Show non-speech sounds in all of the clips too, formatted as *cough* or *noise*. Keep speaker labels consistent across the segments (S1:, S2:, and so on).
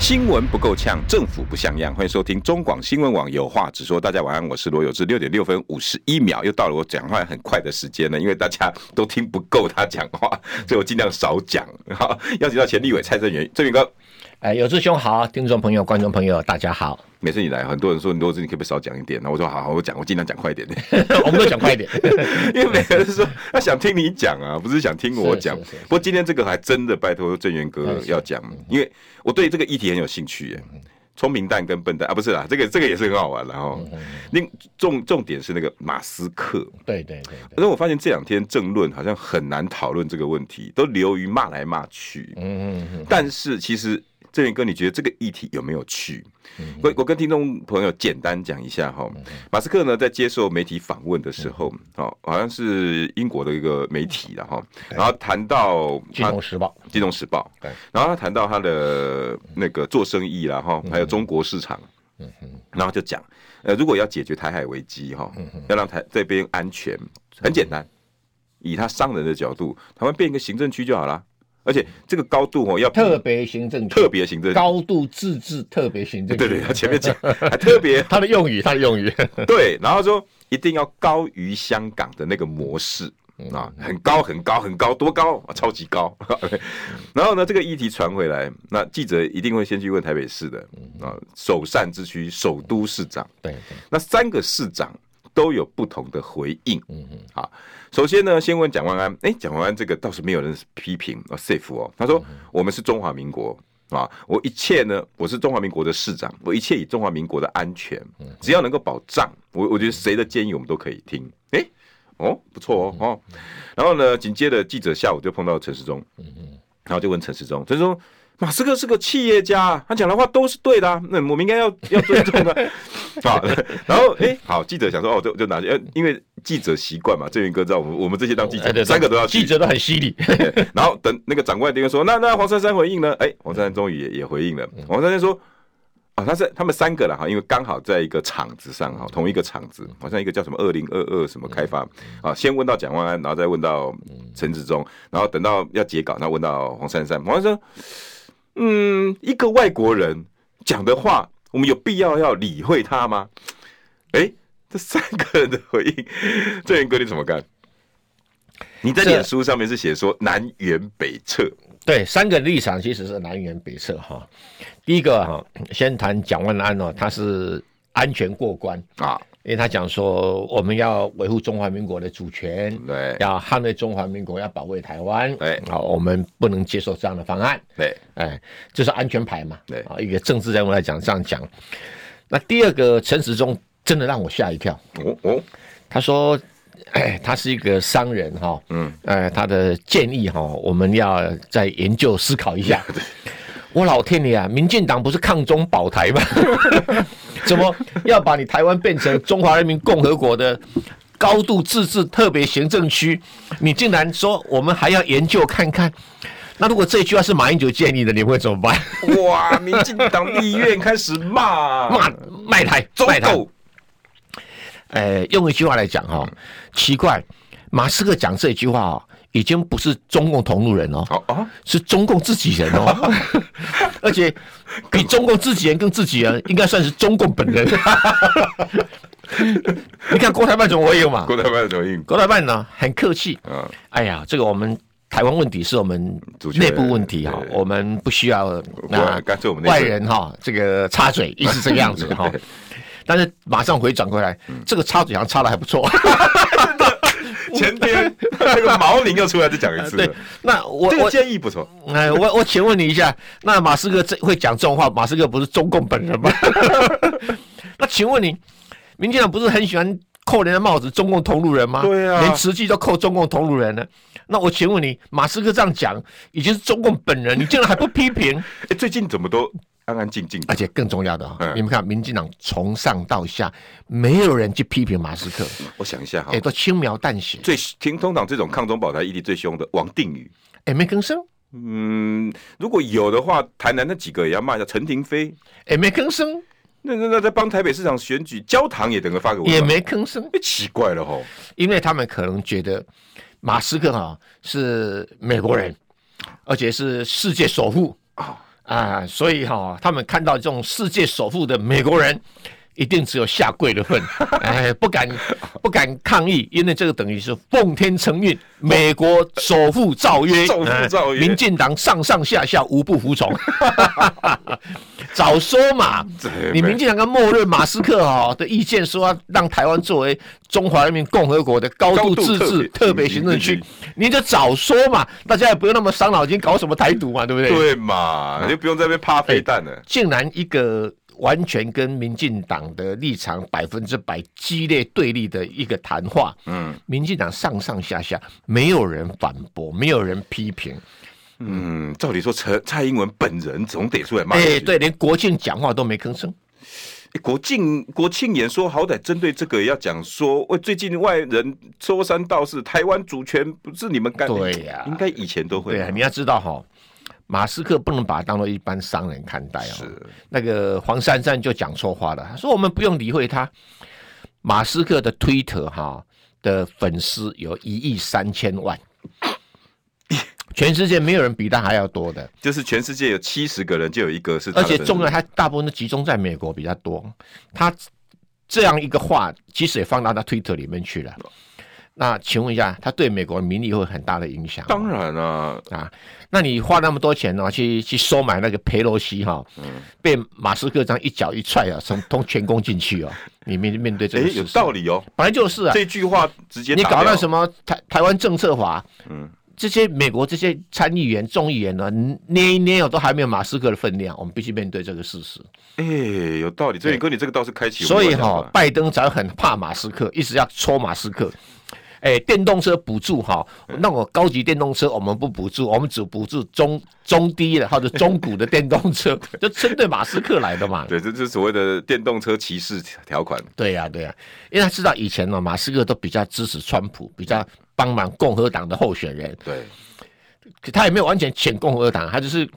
S1: 新闻不够呛，政府不像样。欢迎收听中广新闻网有话直说。大家晚安，我是罗有志。六点六分五十一秒，又到了我讲话很快的时间了，因为大家都听不够他讲话，所以我尽量少讲。好，邀请到前立委蔡正元，正元哥，
S2: 哎，有志兄好，听众朋友、观众朋友，大家好。 *laughs*
S1: 每次你来，很多人说罗有志，你可不可以少讲一点？然后我说好好，我讲，我尽量讲快一点。
S2: 我们都讲快一点， *laughs*
S1: *laughs* 因为每个人说他想听你讲啊，不是想听我讲。
S2: 是是是
S1: 不过今天这个还真的拜托郑源哥
S2: 嗯是
S1: 要讲，因为我对这个议题很有兴趣耶。聪明蛋跟笨蛋啊，不是啦，这个这个也是很好玩的哈。
S2: 嗯
S1: 另重重点是那个马斯克，
S2: 对对对对，
S1: 可是我发现这两天政论好像很难讨论这个问题，都流于骂来骂去。
S2: 嗯嗯嗯，
S1: 但是其实郑源哥，你觉得这个议题有没有趣？
S2: 嗯
S1: 我我跟听众朋友简单讲一下哈，马斯克呢在接受媒体访问的时候，
S2: 嗯
S1: 哦，好像是英国的一个媒体了哈，然后谈到
S2: 《嗯金
S1: 他
S2: 融时报》
S1: 《金融时报
S2: 对》，
S1: 然后他谈到他的那个做生意啦哈，
S2: 嗯
S1: 还有中国市场，然后就讲，呃，如果要解决台海危机哈，
S2: 嗯
S1: 要让台这边安全，很简单，以他商人的角度，台湾变一个行政区就好啦。而且这个高度哦，要比
S2: 嗯特别行政区
S1: 特别行政区，
S2: 高度自治特别行
S1: *laughs*
S2: 政
S1: 对
S2: 区，
S1: 对，他前面讲还特
S2: *laughs*
S1: 别
S2: 他的用语，他的用语，
S1: 对，然后说一定要高于香港的那个模式啊，很高很高很高，多高啊，超级高。 *laughs* 然后呢，这个议题传回来，那记者一定会先去问台北市的啊，首善之区首都市长，
S2: 对
S1: 那三个市长都有不同的回应。嗯嗯，好，首先呢，先问蒋万安，哎、蒋万安这个倒是没有人批评啊、s a f e 哦，他说我们是中华民国。啊！我一切呢，我是中华民国的市长，我一切以中华民国的安全，只要能够保障，我我觉得谁的建议我们都可以听。哎、哦，不错
S2: 嗯
S1: 哦哦。然后呢，紧接着记者下午就碰到陈时中，
S2: 嗯
S1: 然后就问陈时中，陈时中。马斯克是个企业家啊，他讲的话都是对的啊、那我们应该要 *laughs* 要尊重
S2: *laughs*
S1: 他啊。然后哎、好，记者想说哦，就就拿去，呃因为记者习惯嘛，郑云哥知道我们我们这些当记
S2: 哎
S1: 者，
S2: 对，
S1: 三个都要去
S2: 记。者都很犀利，
S1: 对 *laughs* 然后等那个长官那边说，那那黄珊珊回应呢？哎，黄珊珊终于也也回应了。
S2: 嗯
S1: 黄珊珊说，啊，他是他们三个了哈，因为刚好在一个场子上哈，同一个场子，好像一个叫什么二零二二什么开发啊，先问到蒋万安，然后再问到陈志忠，然后等到要截稿，然后问到黄珊珊，黄珊珊说，嗯，一个外国人讲的话，我们有必要要理会他吗？ *laughs* 哎。这三个人的回应， *laughs* 郑源哥你怎么看？你在
S2: 这
S1: 脸书上面是写说南辕北辙，
S2: 对，三个立场其实是南辕北辙哈。第一个哈，先谈蒋万安哦，他是安全过关，
S1: 啊，
S2: 因为他讲说我们要维护中华民国的主权，
S1: 对
S2: 要捍卫中华民国，要保卫台湾，
S1: 对
S2: 哎好，我们不能接受这样的方案。
S1: 对，
S2: 哎，这是安全牌嘛？
S1: 对
S2: 啊，一个政治人物来讲这样讲。那第二个陈时中真的让我吓一跳，
S1: 哦哦，
S2: 他说。哎，他是一个商人哈、嗯，呃，他的建议哈、我们要再研究思考一下。我老天爷啊，民进党不是抗中保台吗？ *laughs* 怎么要把你台湾变成中华人民共和国的高度自治特别行政区？你竟然说我们还要研究看看？那如果这句话是马英九建议的，你会怎么办？
S1: 哇，民进党立院开始骂
S2: 骂 *laughs* 卖台，
S1: 啊中
S2: 卖台。
S1: 狗，
S2: 呃，用一句话来讲哈、奇怪，马斯克讲这句话哦，已经不是中共同路人哦，
S1: 好啊，
S2: 是中共自己人
S1: *laughs*
S2: 哦，而且比中共自己人更自己人，应该算是中共本人。 *laughs* 你看郭台铭怎么回应嘛？
S1: 郭台铭怎么应？
S2: 郭台铭呢，很客气，
S1: 啊，
S2: 哎呀，这个我们台湾问题是我们
S1: 主权
S2: 内部问题哈
S1: 对，
S2: 我们不需要
S1: 外干脆我们内部
S2: 外人哈这个插
S1: *laughs*
S2: 嘴，一直这个样子哈。但是马上回转过来，
S1: 嗯
S2: 这个插嘴好像插的还不错。
S1: 前天那个毛宁又出来再讲一次了，
S2: *laughs* 对，那我
S1: 这个
S2: 我
S1: 建议不错，
S2: *laughs* 哎我我请问你一下，那马斯克这会讲这种话，马斯克不是中共本人吗？ *laughs* 那请问你，民进党不是很喜欢扣人家帽子，中共同路人吗？
S1: 对啊
S2: 连慈济都扣中共同路人了。那我请问你，马斯克这样讲已经是中共本人，你竟然还不批评？ *laughs*
S1: 哎，最近怎么都安安静静的。
S2: 而且更重要的啊、
S1: 嗯
S2: 你们看，民进党从上到下没有人去批评马斯克，
S1: 我想一下哈
S2: 哎、，都轻描淡写，
S1: 最听通常这种抗中保台议题最凶的王定宇，
S2: 哎、没吭声，
S1: 嗯，如果有的话，台南那几个也要骂一下陈廷飞。
S2: 哎、没吭声，
S1: 那那那在帮台北市长选举，焦糖也等个发给我吧，
S2: 也没吭声，
S1: 哎奇怪了吼，
S2: 因为他们可能觉得马斯克啊是美国人，而且是世界首富
S1: 啊
S2: 啊，所以哈、他们看到这种世界首富的美国人，一定只有下跪
S1: *laughs*
S2: 的份，哎，不敢不敢抗议，因为这个等于是奉天承运，美国首富诏
S1: *laughs*
S2: 约，
S1: 首富诏约
S2: 哎民进党上上下下无不服
S1: *laughs*
S2: 从， *laughs* 早说嘛
S1: 对！
S2: 你民进党跟默认马斯克哈、的意见说要让台湾作为中华人民共和国的高
S1: 高
S2: 度
S1: 度
S2: 自
S1: 特
S2: 治
S1: 别嗯
S2: 特别行政区，你就早说嘛！大家也不用那么伤脑筋搞什么台独嘛，对不对？
S1: 对嘛，你就不用在那边趴飞弹了。
S2: 竟然一个完全跟民进党的立场百分之百激烈对立的一个谈话，
S1: 嗯
S2: 民进党上上下下没有人反驳，没有人批评，
S1: 嗯，照理说陈蔡英文本人总得出来骂一
S2: 哎、
S1: 句。
S2: 对，连国庆讲话都没吭声。
S1: 哎国庆国庆演说好歹针对这个要讲说，喂，最近外人说三道四，台湾主权不是你们干的。
S2: 对呀
S1: 应该以前都会
S2: 对
S1: 吧。
S2: 啊，你要知道哈、马斯克不能把他当做一般商人看待啊、
S1: 是
S2: 那个黄珊珊就讲错话了，她说我们不用理会他。马斯克的 Twitter 哈、的粉丝有一亿三千
S1: *laughs*
S2: 万，全世界没有人比他还要多的。
S1: 就是全世界有七十个人就有一个是他
S2: 而
S1: 的粉丝，
S2: 且重要，它大部分都集中在美国比较多。它这样一个话，其实也放到他推特里面去了。那请问一下，他对美国的民意会有很大的影响吗？
S1: 当然啊，
S2: 啊，那你花那么多钱呢、哦去去收买那个佩洛西哈、
S1: 嗯
S2: 被马斯克这样一脚一踹啊，从通全攻进去
S1: *laughs*
S2: 哦，你面面对这
S1: 哎、
S2: 个
S1: 有
S2: 事实，
S1: 道理哦。
S2: 本来就是啊，
S1: 这句话直接
S2: 你
S1: 到
S2: 搞那什么台台湾政策法，
S1: 嗯
S2: 嗯，这些美国这些参议员、众议员呢、捏一捏哦，都还没有马斯克的分量，我们必须面对这个事实。
S1: 哎、有道理，所以哥，你这个倒是开启我
S2: 所
S1: 们
S2: 以
S1: 的想法。
S2: 哈、拜登才很怕马斯克，一直要戳马斯克。哎，电动车补助哈、那我高级电动车我们不补助，我们只补助中中低的或者中古的电动
S1: *laughs*
S2: 车，就针对马斯克来的嘛。
S1: 对，这这是所谓的电动车歧视条款。
S2: 对呀、对呀、因为他知道以前呢、马斯克都比较支持川普，比较帮忙共和党的候选人，
S1: 对，
S2: 可他也没有完全选共和党，他就是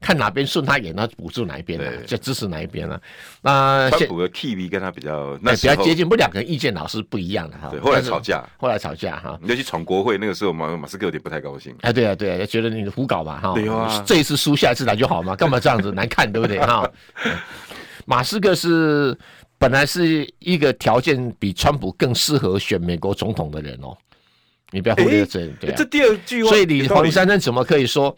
S2: 看哪边顺他眼，他补助哪一边啊
S1: 对，
S2: 就支持哪一边了、啊那
S1: 川
S2: 现
S1: 普的 TV 跟他比较那
S2: 哎比
S1: 时
S2: 较
S1: 候
S2: 接，近，不两个人意见老是不一样的哈。
S1: 对，后来
S2: 但是
S1: 吵架，
S2: 后来吵架哈。
S1: 你就去闯国会，那个时候马马斯克有点不太高兴。
S2: 哎，对啊，对啊，觉得你胡搞嘛哈，
S1: 对啊
S2: 这一次输，下一次打就好嘛，干嘛这样子难看，对不
S1: *laughs*
S2: 对哈？马斯克是本来是一个条件比川普更适合选美国总统的人哦，你不要忽略
S1: 哎
S2: 这、对、
S1: 哎
S2: 啊
S1: 这，第二句话，
S2: 所以你
S1: 有道
S2: 黄
S1: 理
S2: 珊珊怎么可以说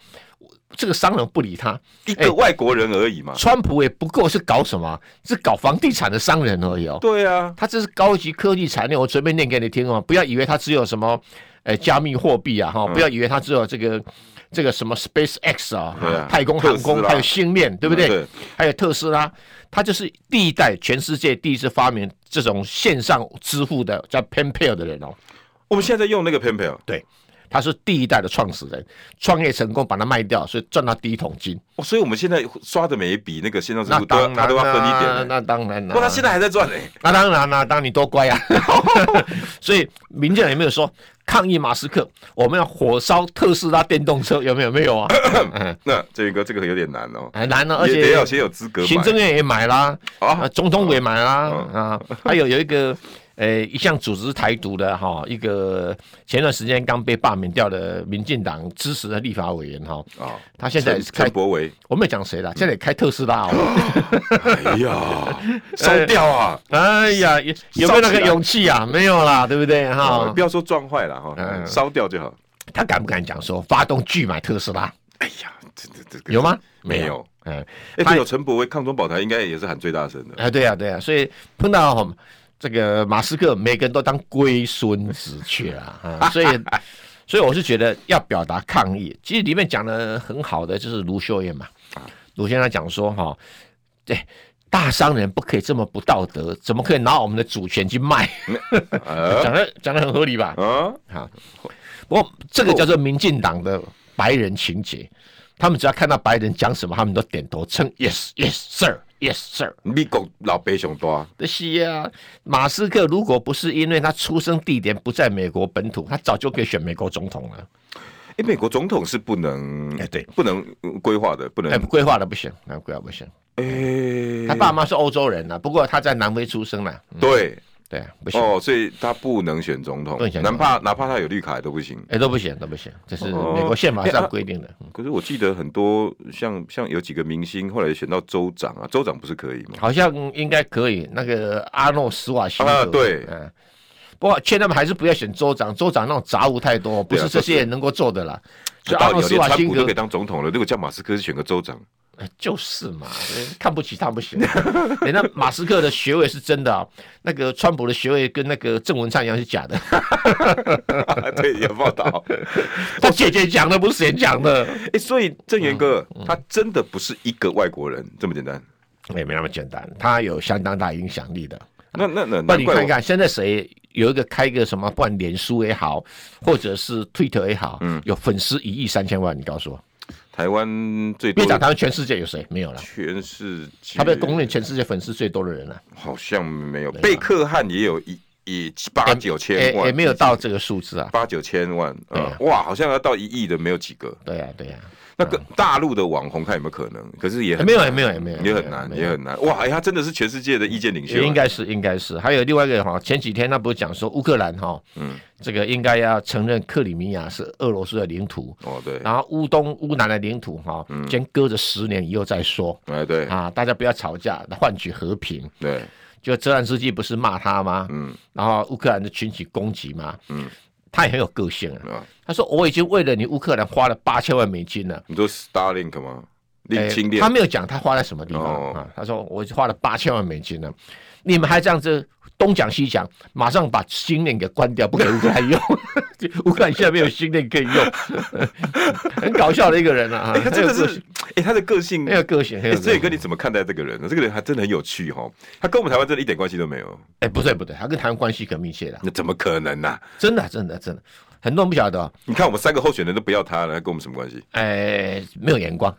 S2: 这个商人不理他？
S1: 一个外国人而已嘛。
S2: 川普也不过是搞什么，是搞房地产的商人而已哦。
S1: 对啊，
S2: 他这是高级科技产业，我随便念给你听哦，不要以为他只有什么，呃，加密货币啊
S1: 嗯
S2: 哈，不要以为他只有这个这个什么 Space X 啊，
S1: 对啊
S2: 太空航
S1: 特斯
S2: 空，
S1: 拉
S2: 还有星链，对不对？
S1: 嗯对
S2: 还有特斯拉，它就是第一代全世界第一次发明这种线上支付的叫 PayPal 的人哦，
S1: 我们现在在用那个 PayPal，
S2: 对，他是第一代的创始人，创业成功把它卖掉，所以赚到第一桶金。
S1: 哦所以我们现在刷的每一笔那个线上支
S2: 那
S1: 付都
S2: 当
S1: 要
S2: 然
S1: 他都要分一点
S2: 啦
S1: 欸。
S2: 那当然
S1: 不
S2: 啊啦。
S1: 过他现在还在赚
S2: *laughs*
S1: 呢。
S2: 那当然啦、当然你多乖啊。 *laughs* 所以民进党有没有说抗议马斯克？我们要火烧特斯拉电动车，有没有？没有啊，
S1: *laughs*
S2: 嗯
S1: 那这个这个有点难哦，
S2: 很难啊。而
S1: 也得
S2: 且
S1: 要先有资格
S2: 行政
S1: 买。
S2: 院也买啦，
S1: 啊
S2: 啊，总统也买啦，
S1: 哦
S2: 啊，还有有一个。呃，一项组织台独的哈，一个前段时间刚被罢免掉的民进党支持的立法委员哈，
S1: 啊，
S2: 他现在
S1: 陈
S2: 是开
S1: 陈，柏
S2: *laughs*
S1: 维，
S2: 我没有讲谁啦，现在也开特斯拉
S1: 嗯
S2: 哦。
S1: 哎呀，烧掉啊！
S2: 哎呀，有有没有那
S1: 烧起
S2: 个
S1: 来
S2: 勇气啊？没有啦，对不对哈
S1: 啊，？不要说撞坏了哈，
S2: 哎嗯
S1: 烧掉就好。
S2: 他敢不敢讲说发动拒买特斯拉？
S1: 哎呀，这这这个
S2: 有吗？
S1: *laughs* 没有。。
S2: 嗯，
S1: 哎，
S2: 他
S1: 对哦，陈柏威抗中保台应该也是喊最大声
S2: *laughs*
S1: 的。
S2: 哎，对啊，对啊，所以碰到哦这个马斯克，每个人都当龟孙子去了
S1: *laughs*
S2: 啊，所以。所以我是觉得要表达抗议，其实里面讲的很好的就是卢秀燕嘛，
S1: 啊
S2: 卢秀燕她讲说哈、对大商人不可以这么不道德，怎么可以拿我们的主权去卖？
S1: 啊
S2: 讲的讲的很合理吧？
S1: 啊，
S2: 啊，不过这个叫做民进党的白人情节，他们只要看到白人讲什么，他们都点头称 yes yes sir yes sir。
S1: 美国老白熊多啊，
S2: 这些啊，马斯克如果不是因为他出生地点不在美国本土，他早就可以选美国总统了。
S1: 哎、美国总统是不能，
S2: 哎对
S1: 不能呃规划的，不能
S2: 哎、，规划的不行，那规划不行。
S1: 哎、
S2: 他爸妈是欧洲人呐、啊不过他在南非出生了，嗯
S1: 对
S2: 对啊，不行，哎、
S1: 哦，所以他不能选总统
S2: 不能，选
S1: 哪
S2: 总统
S1: 怕哪怕他有绿卡也都不行。
S2: 哎都不行，都不行，这是
S1: 哦
S2: 美国宪法
S1: 哎啊
S2: 上规定的。嗯
S1: 可是我记得很多像像有几个明星后来选到州长啊，州长不是可以吗？
S2: 好像应该可以。那个阿诺斯瓦辛格，
S1: 啊对
S2: 嗯，不过劝他们还是不要选州长，州长那种杂物太多，不
S1: 对啊
S2: 是这些人能够做的啦。所以阿
S1: 到
S2: 诺
S1: 底有
S2: 斯
S1: 啊连
S2: 瓦
S1: 川
S2: 辛
S1: 普都
S2: 格
S1: 可以当总统了，如果叫马斯克选个州
S2: *laughs*
S1: 长，
S2: 哎就是嘛，看不起他不行。人家马斯克的学位是真的、啊，那个川普的学位跟那个郑文灿一样
S1: *laughs*
S2: 是假的。
S1: 对，有报道。
S2: 他姐姐讲的不是谁讲的，
S1: 哎、所以郑源哥、
S2: 嗯
S1: 他真的不是一个外国人这么简单。
S2: 也哎没那么简单，他有相当大影响力的。
S1: 那那那
S2: 不然
S1: 难
S2: 你
S1: 怪
S2: 看
S1: 我
S2: 看现在谁有一个开一个什么，不管脸书也好，或者是 Twitter 也好，
S1: 嗯
S2: 有粉丝一亿三千万，你告诉我，
S1: 台湾最多
S2: 别讲台湾，全世界有谁没有了？
S1: 全世界，
S2: 他被公认全世界粉丝最多的人了、
S1: 好像没有，贝克汉也有一一七八九
S2: 也
S1: 千万，
S2: 也没有到这个数字啊。
S1: 八九千万，
S2: 对
S1: 嗯
S2: 啊，
S1: 哇，好像要到一亿的没有几个。
S2: 对呀、对呀、啊
S1: 那个大陆的网红看有没有可能，可是也很
S2: 嗯没有也没有也没有
S1: 也很难，
S2: 没有
S1: 也很难。哇，哎，他真的是全世界的意见领袖
S2: 也
S1: 啊，
S2: 应该是应该是。还有另外一个哈，前几天他不是讲说乌克兰哈，嗯，这个应该要承认克里米亚是俄罗斯的领土，
S1: 哦，对，嗯
S2: 然后乌东乌南的领土哈，先搁着十年以后再说
S1: 哎，对
S2: *laughs* 啊，大家不要吵架，换取和平。
S1: 对，
S2: 就泽连斯基不是骂他吗？
S1: 嗯
S2: 然后乌克兰的群起攻击吗？
S1: 嗯，
S2: 他也很有个性啊。
S1: 啊，
S2: 他说我已经为了你乌克兰花了八千万美金了。
S1: 你说 Starlink 吗？
S2: 哎
S1: 令清恋
S2: 他没有讲他花在什么地方、
S1: 哦
S2: 啊？他说我花了八千万美金了，你们还这样子东讲西讲，马上把星链给关掉，不给乌克兰
S1: *laughs*
S2: 用。乌克兰现在没有星链可以用， *laughs* 很搞笑的一个人啊，
S1: *laughs* 哎，他
S2: 很
S1: 真
S2: 有
S1: 的
S2: 个
S1: 是
S2: 性，，
S1: 哎，他的个性
S2: 很。有个性，很有
S1: 哎，
S2: 个
S1: 这
S2: 性。
S1: 也跟你怎么看待这个人呢？这个人还真的很有趣哈，他跟我们台湾真的一点关系都没有，
S2: 哎，不对不对，他跟台湾关系可密切了，
S1: 那怎么可能呢？
S2: 真的真的真的，很多人不晓得、哦。
S1: 你看我们三个候选人都不要他了，他跟我们什么关系？
S2: 哎，没有眼光。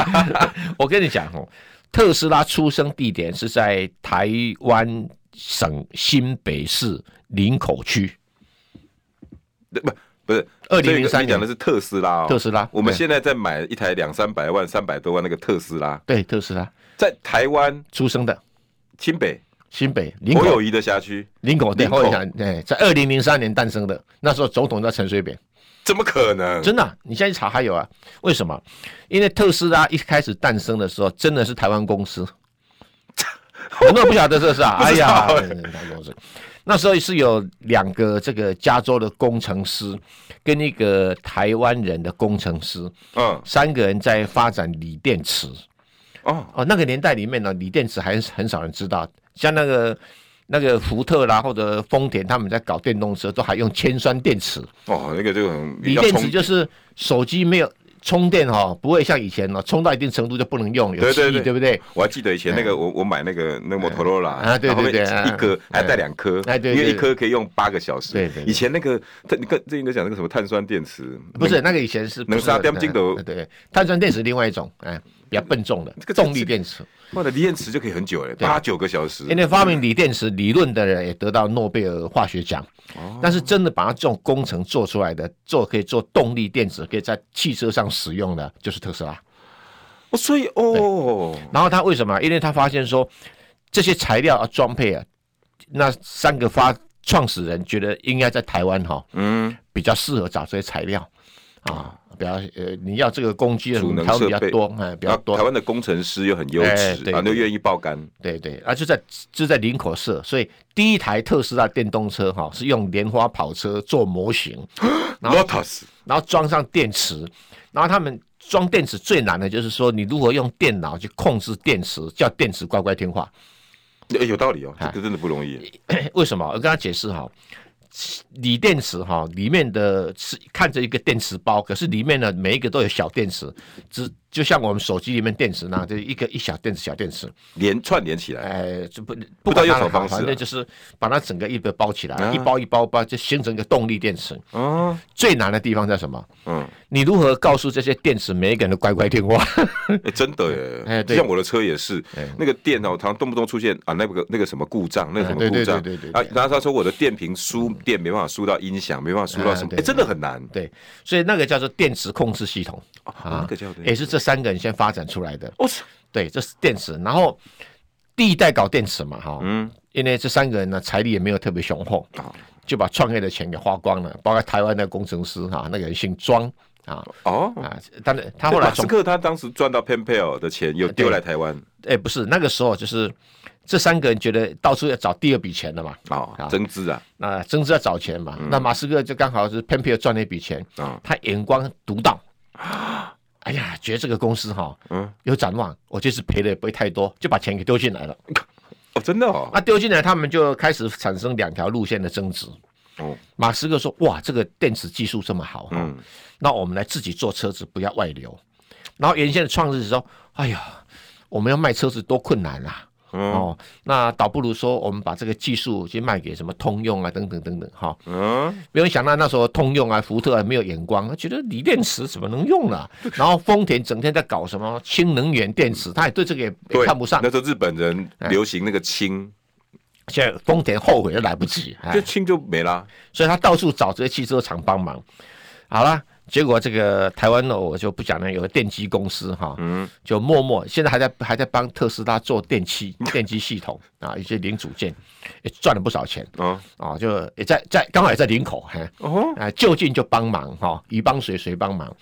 S2: *laughs* 我跟你讲哦，特斯拉出生地点是在台湾省新北市林口区。
S1: 对不不是，这
S2: 2003
S1: 个你
S2: 年
S1: 讲的是特斯拉哦，
S2: 特斯拉
S1: 我们
S2: 对
S1: 现在在买一台两三百万、三百多万那个特斯拉，
S2: 对，特斯拉
S1: 在台湾
S2: 出生的
S1: 清北
S2: 新北林
S1: 侯
S2: 口
S1: 友谊的辖区，
S2: 林口对，
S1: 林口
S2: 后来想对，在二零零三年诞生的，那时候总统叫陈水扁。
S1: 怎么可能？
S2: 真的啊、你现在去查还有啊？为什么？因为特斯拉一开始诞生的时候，真的是台湾公司。很多人不晓得这是啊，哎
S1: *laughs*
S2: 呀，
S1: 不知道欸
S2: 对对对台湾公司。那时候是有两个这个加州的工程师跟一个台湾人的工程师，
S1: 嗯
S2: 三个人在发展锂电池。
S1: 哦，
S2: 哦，那个年代里面呢，锂电池还是很少人知道，像那个那个福特啦或者丰田，他们在搞电动车都还用铅酸电池。
S1: 哦，那个就很比
S2: 锂
S1: 较
S2: 电池
S1: 冲，
S2: 就是手机没有充电哦，不会像以前哦，充到一定程度就不能用，有
S1: 对
S2: 记
S1: 对
S2: 忆，
S1: 对
S2: 对不对？
S1: 我还记得以前那个我我买那个那个摩托罗拉
S2: 哎啊对对对
S1: 然后
S2: 啊
S1: 一颗还带两颗，
S2: 哎对对
S1: 因为一颗可以用八个小时。
S2: 对对对
S1: 以前那个他你跟这应该讲那个什么碳酸电池，
S2: 不是那个以前是
S1: 能杀掉金斗
S2: 的，对，碳酸电池另外一种，哎，比较笨重的
S1: 这个
S2: 动力电池。
S1: 哇，那锂电池就可以很久了，
S2: 啊
S1: 八九个小时。
S2: 因为发明锂电池理论的人也得到诺贝尔化学奖，但是真的把它这种工程做出来的，做可以做动力电池，可以在汽车上使用的，就是特斯拉。
S1: 哦，所以哦，
S2: 然后他为什么？因为他发现说这些材料啊、装配啊，那三个发创始人觉得应该在台湾哈、
S1: 嗯，
S2: 比较适合找这些材料啊，比较呃，你要这个工具，
S1: 储能
S2: 台湾比
S1: 设
S2: 较
S1: 备
S2: 多，哎，比
S1: 然
S2: 较
S1: 后
S2: 多
S1: 台，湾的工程师又很优
S2: 哎
S1: 质，
S2: 对
S1: 啊，
S2: 对
S1: 又愿意爆肝。
S2: 对对，啊，就在就在林口社，所以第一台特斯拉电动车哈、是用莲花跑车做模型，
S1: Lotus
S2: 然后装上电池，然后他们装电池最难的就是说你如何用电脑去控制电池，叫电池乖乖听话。
S1: 哎有道理哦，这
S2: 哎
S1: 个真的不容易。
S2: 为什么？我跟他解释哈，锂电池哈里面的是看着一个电池包，可是里面呢每一个都有小电池，只就像我们手机里面电池呢，就是一个一小电池小电池，
S1: 连串联起来，
S2: 呃，这不
S1: 哎不
S2: 不
S1: 知道
S2: 管
S1: 用
S2: 它
S1: 什么方
S2: 好，
S1: 式啊
S2: 反正就是把它整个一个包起来，
S1: 啊
S2: 一包一包包，就形成一个动力电池。
S1: 哦，
S2: 最难的地方在什么？
S1: 嗯，
S2: 你如何告诉这些电池每一个人都乖乖听话？ *laughs*
S1: 欸真的
S2: 哎
S1: 耶，
S2: 对哎
S1: 像我的车也是，那个电哦，常动不动出现啊，那个那个什么故障，那个什么
S2: 对对
S1: 故障
S2: 对对对对嗯
S1: 啊，然后他说我的电瓶输电没办法输到音响，没办法输到什
S2: 啊
S1: 么，
S2: 对
S1: 哎，真的很难
S2: 对，所以那个叫做电池控制系统
S1: 啊，那个叫哦对
S2: 也是这三个人先发展出来的。
S1: 我操，
S2: 对，这是电池。然后第一代搞电池嘛，哈，
S1: 嗯，
S2: 因为这三个人呢财力也没有特别雄厚
S1: 啊，
S2: 就把创业的钱给花光了，包括台湾的工程师哈，那个人姓庄啊
S1: 哦，
S2: 啊，当然他
S1: 他
S2: 后来
S1: 马斯
S2: 从
S1: 克他当时赚到 PayPal 的钱，又丢来台湾
S2: 哎不是那个时候就是这三个人觉得到处要找第二笔钱了嘛，
S1: 啊，
S2: 啊
S1: 增资啊，
S2: 那争着要找钱嘛，那马斯克就刚好是 PayPal 赚了一笔钱
S1: 啊，
S2: 他眼光独到。哎呀，觉得这个公司哈，
S1: 嗯
S2: 嗯，有展望，我就是赔的也不会太多，就把钱给丢进来了。
S1: 哦，真的哦，
S2: 那啊丢进来，他们就开始产生两条路线的争执。
S1: 哦，
S2: 马斯克说：“哇，这个电池技术这么好，嗯
S1: 嗯，
S2: 那我们来自己做车子，不要外流。”然后原先的创始人说：“哎呀，我们要卖车子多困难啊！
S1: 嗯
S2: 哦，那倒不如说我们把这个技术去卖给什么通用啊，等等等等，哈、
S1: 嗯，
S2: 没有想到那时候通用啊、福特啊没有眼光，觉得锂电池怎么能用呢、然后丰田整天在搞什么氢能源电池，他也对这个也也
S1: 对，
S2: 看不上哎
S1: 那。时候日本人流行那个氢，
S2: 现在丰田后悔都来不及，哎
S1: 就氢就没啦，
S2: 所以他到处找这些汽车厂帮忙。好了，结果这个台湾呢，我就不讲了，有个电机公司哈，
S1: 嗯，
S2: 就默默现在还在还在帮特斯拉做电器电机系统啊，一些零组件，也赚了不少钱
S1: 啊，
S2: 啊，就也在在刚好也在林口，嘿，
S1: 哦，
S2: 啊，就近就帮忙哈，鱼帮谁谁帮忙。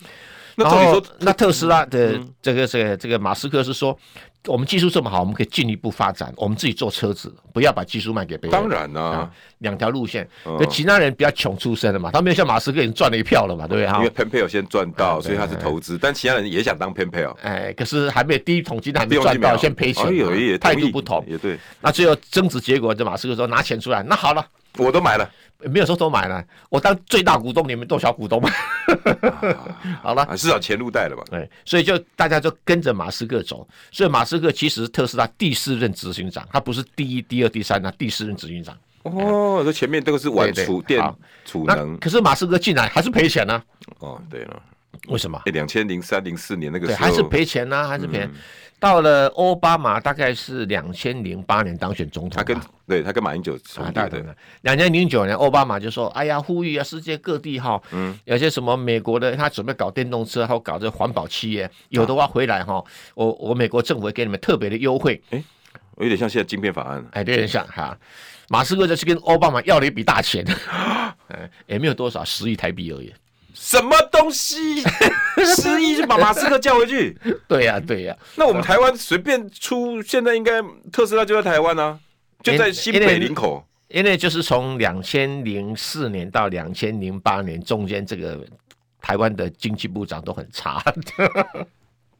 S1: 那照
S2: 然
S1: 理
S2: 后
S1: 说，嗯
S2: 那特斯拉的这个这个这个马斯克是说，我们技术这么好，我们可以进一步发展，我们自己做车子，不要把技术卖给别人。
S1: 当然啦
S2: 啊。，两条路线。
S1: 嗯
S2: 可其他人比较穷出身的嘛，他没有像马斯克已经赚了一票了嘛，对不对
S1: 啊因为
S2: 哈？
S1: PayPal 先赚到，
S2: 啊对
S1: 所以他是投资，但其他人也想当 PayPal，
S2: 哎，可是还没有第一桶金还
S1: 利
S2: 没
S1: 用
S2: 啊赚
S1: 性没
S2: 到，
S1: 有
S2: 先赔钱
S1: 哎呦也
S2: 嘛，态度
S1: 同意
S2: 不同。
S1: 也对，
S2: 那最后争执结果，这马斯克说拿钱出来，那好了，
S1: 我都买了，
S2: 没有说都买了，我当最大股东，你们做小股东嘛。 *laughs* 好了，
S1: 啊，至少钱入袋了嘛，
S2: 对，所以就大家就跟着马斯克走。所以马斯克其实是特斯拉第四任执行长，他不是第一、第二、第三，他第四任执行长。
S1: 哦，这前面都是玩
S2: 哎对对
S1: 储电
S2: 好
S1: 储
S2: 那
S1: 能，
S2: 可是马斯克进来还是赔钱呢、啊
S1: 哦，对了，
S2: 为什么？
S1: 哎，两千零三零四年那个时
S2: 对，
S1: 候嗯
S2: 还是赔钱呢、还是赔。到了奥巴马大概是两千零八年当选总统吧，
S1: 他跟对他跟马英九重
S2: 啊，
S1: 叠
S2: 大
S1: 的，
S2: 的。两千零九年，奥巴马就说：“哎呀，呼吁啊，世界各地哈，嗯，有些什么美国的，他准备搞电动车，还有搞这环保企
S1: 啊
S2: 业，有的话回来哈，我我美国政府会给你们特别的优惠。
S1: 有点像现在晶片法案”
S2: 哎，对，像哈，马斯克这是跟奥巴马要了一笔
S1: *laughs*
S2: 大钱，哎，也没有多少，十亿台币而已。
S1: 什么东西？ *laughs* 失忆就把马斯克叫回
S2: *laughs*
S1: 去。
S2: 对
S1: 嗯
S2: 呀、对呀、
S1: 那我们台湾随便出，现在应该特斯拉就在台湾啊，就在新
S2: 哎
S1: 北林口。
S2: 因为就是从两千零四年到两千零八年中间，这个台湾的经济部长都很差，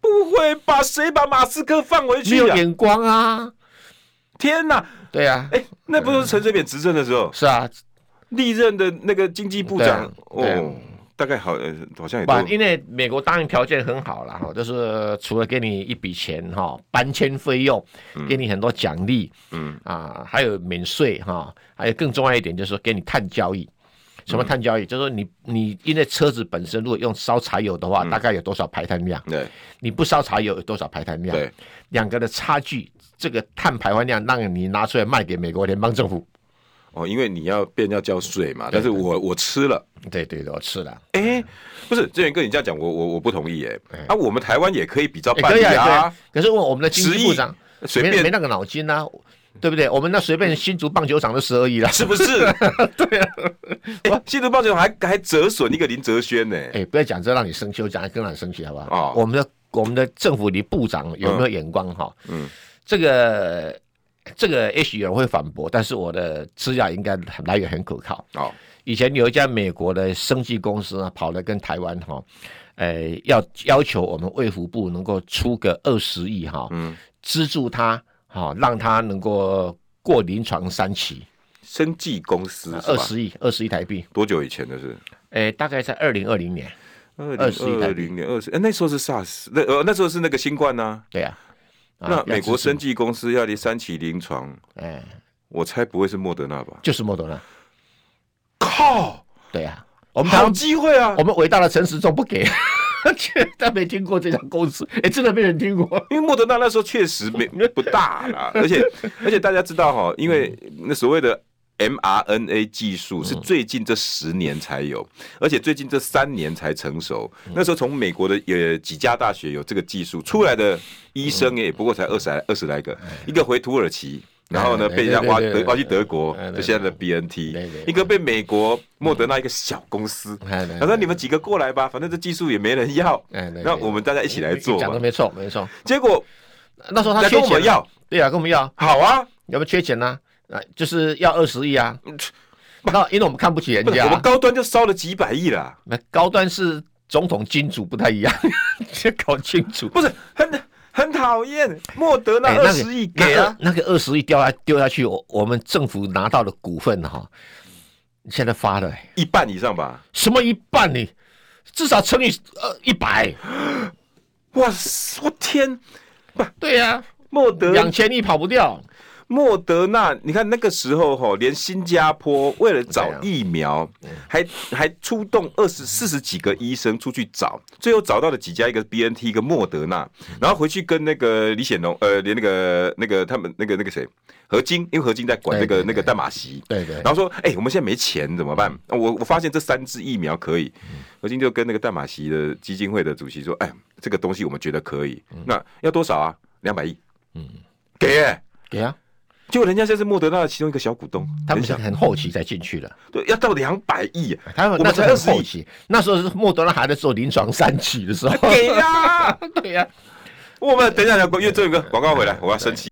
S1: 不会吧？谁把马斯克放回
S2: 没
S1: 去
S2: 有
S1: 啊？
S2: 眼光啊。
S1: 天哪！
S2: 对啊，
S1: 哎、那不是陈水扁执政的时候，
S2: 是啊，
S1: 历任的那个经济部长
S2: 对啊
S1: 哦，大概好，呃好像也都
S2: 把因为美国答应条件很好了哈，就是除了给你一笔钱哈，搬迁费用，给你很多奖励，
S1: 嗯
S2: 啊，还有免税哈，还有更重要一点就是说给你碳交易。什么碳交易？就是说你你因为车子本身如果用烧柴油的话，大概有多少排碳量？
S1: 对
S2: 你不烧柴油有多少排碳量？
S1: 对，
S2: 两个的差距，这个碳排放量让你拿出来卖给美国联邦政府。
S1: 哦，因为你要变要交税嘛，但是我我吃了。
S2: 对对对，我吃了。
S1: 哎、不是，志远哥，你这样讲，我我我不同意哎、
S2: 哎
S1: 啊，我们台湾也可以比较
S2: 也
S1: 办
S2: 可以
S1: 理
S2: 啊，对
S1: 啊
S2: 啊，可是我我们的经
S1: 十
S2: 济
S1: 亿
S2: 部长
S1: 随
S2: 没没
S1: 便
S2: 那个脑筋啊，对不对？我们那随便新竹棒球场都十
S1: *laughs*
S2: 二亿了。
S1: 是
S2: *laughs*
S1: 不是？对啊，新竹棒球还还折损一个林哲轩呢、
S2: 哎，不要讲这让你生气，我讲得更让你生气好不好？
S1: 哦
S2: 我们的我们的政府里部长有没有眼光哈？
S1: 嗯，
S2: 这个这个也许有人会反驳，但是我的资料应该来源很可靠。
S1: 哦，
S2: 以前有一家美国的生技公司啊，跑来跟台湾哈、呃，要要求我们卫福部能够出个二十亿哈，
S1: 嗯，
S2: 资助他哈、让他能够过临床三期，
S1: 生技公司是吧
S2: 二十亿，二十亿台币，
S1: 多久以前的事？
S2: 哎、大概在二零二零年，
S1: 二
S2: 二十
S1: 零
S2: 亿台
S1: 二
S2: 币
S1: 零年二十，呃那时候是 SARS，那呃那时候是那个新冠呐、
S2: 对啊，啊
S1: 那美国，生
S2: 要支
S1: 技公司要离三期临床，
S2: 持哎，
S1: 我猜不会是莫德纳吧？
S2: 就是莫德纳，
S1: 靠，
S2: 对啊，我们台
S1: 好
S2: 湾
S1: 机会啊
S2: 我！们伟大的陈时中不给， *laughs* 他没听过这家公司，哎、真的没人听过。
S1: 因为莫德纳那时候确实没
S2: *laughs*
S1: 不大啦，而且而且大家知道哈，因为
S2: 嗯
S1: 那所谓的 mRNA 技术是最近这十年才有，而且最近这三年才成熟。
S2: 嗯
S1: 那时候从美国的呃几家大学有这个技术出来的医
S2: 嗯
S1: 生也不过才二十来二十来个，一个回土耳其。然后呢，
S2: 对
S1: 被人家
S2: 哎
S1: 挖
S2: 对对
S1: 德
S2: 对哎
S1: 挖去德国
S2: 对，对
S1: 就现在的
S2: 对
S1: BNT，
S2: 对嗯
S1: 一个被美国莫德纳一个小公司，
S2: 哎对
S1: 他说你们几个过来吧，反正这技术也没人要
S2: 哎对，对
S1: 那我们大家一起来做
S2: 讲
S1: 嘛
S2: 的。没错，没错。
S1: 结果
S2: 那时候他
S1: 来
S2: 缺
S1: 跟
S2: 钱
S1: 我
S2: 啊
S1: 们要，
S2: 对啊，跟我们要，
S1: 好啊，
S2: 要不缺钱呢、啊？就是要二十亿
S1: *laughs*
S2: 啊。那因为我们看不起人
S1: 不是
S2: 家
S1: 我
S2: 啊
S1: 们，高端就烧了几百亿啦，
S2: 那高端是总统金主不太一样， *laughs* 先搞清楚。
S1: 不是很很讨厌。莫德纳
S2: 哎
S1: 二十亿给啊，
S2: 那个那个二十亿掉下丢下去，我我们政府拿到的股份哈、现在发了、哎
S1: 一半以上吧。
S2: 什么一半呢？至少乘以呃一百，
S1: 哇塞，我天，
S2: 对呀、啊，
S1: 莫德
S2: 两千亿跑不掉。
S1: 莫德纳，你看那个时候哈，连新加坡为了找疫苗，还还出动二十四十几个医生出去找，最后找到了几家，一个 B N T，一个莫德纳，然后回去跟那个李显龙，呃，连那个那个他们那个那个谁何晶，因为何晶在管那
S2: 对
S1: 个
S2: 对对
S1: 那个淡马锡，
S2: 对对
S1: 然后说，哎、我们现在没钱怎么办？我我发现这三支疫苗可以，何晶就跟那个淡马锡的基金会的主席说，哎，这个东西我们觉得可以，那要多少啊？两百亿，嗯，给、欸。
S2: 对呀、
S1: 结果人家现在是莫德纳的其中一个小股东，
S2: 啊他们哦
S1: 你
S2: 是
S1: 想
S2: 很后期才进去的，
S1: 对要到两百亿，
S2: 他
S1: 我
S2: 们那
S1: 们
S2: 时
S1: 才
S2: 候
S1: 二
S2: 很
S1: 十
S2: 后
S1: 亿，
S2: 期，那时候是莫德纳还在做临床三期的时候。
S1: 给啦！
S2: *laughs* 对呀、
S1: 我们等一下聊，因为这个广告回来，我要生气。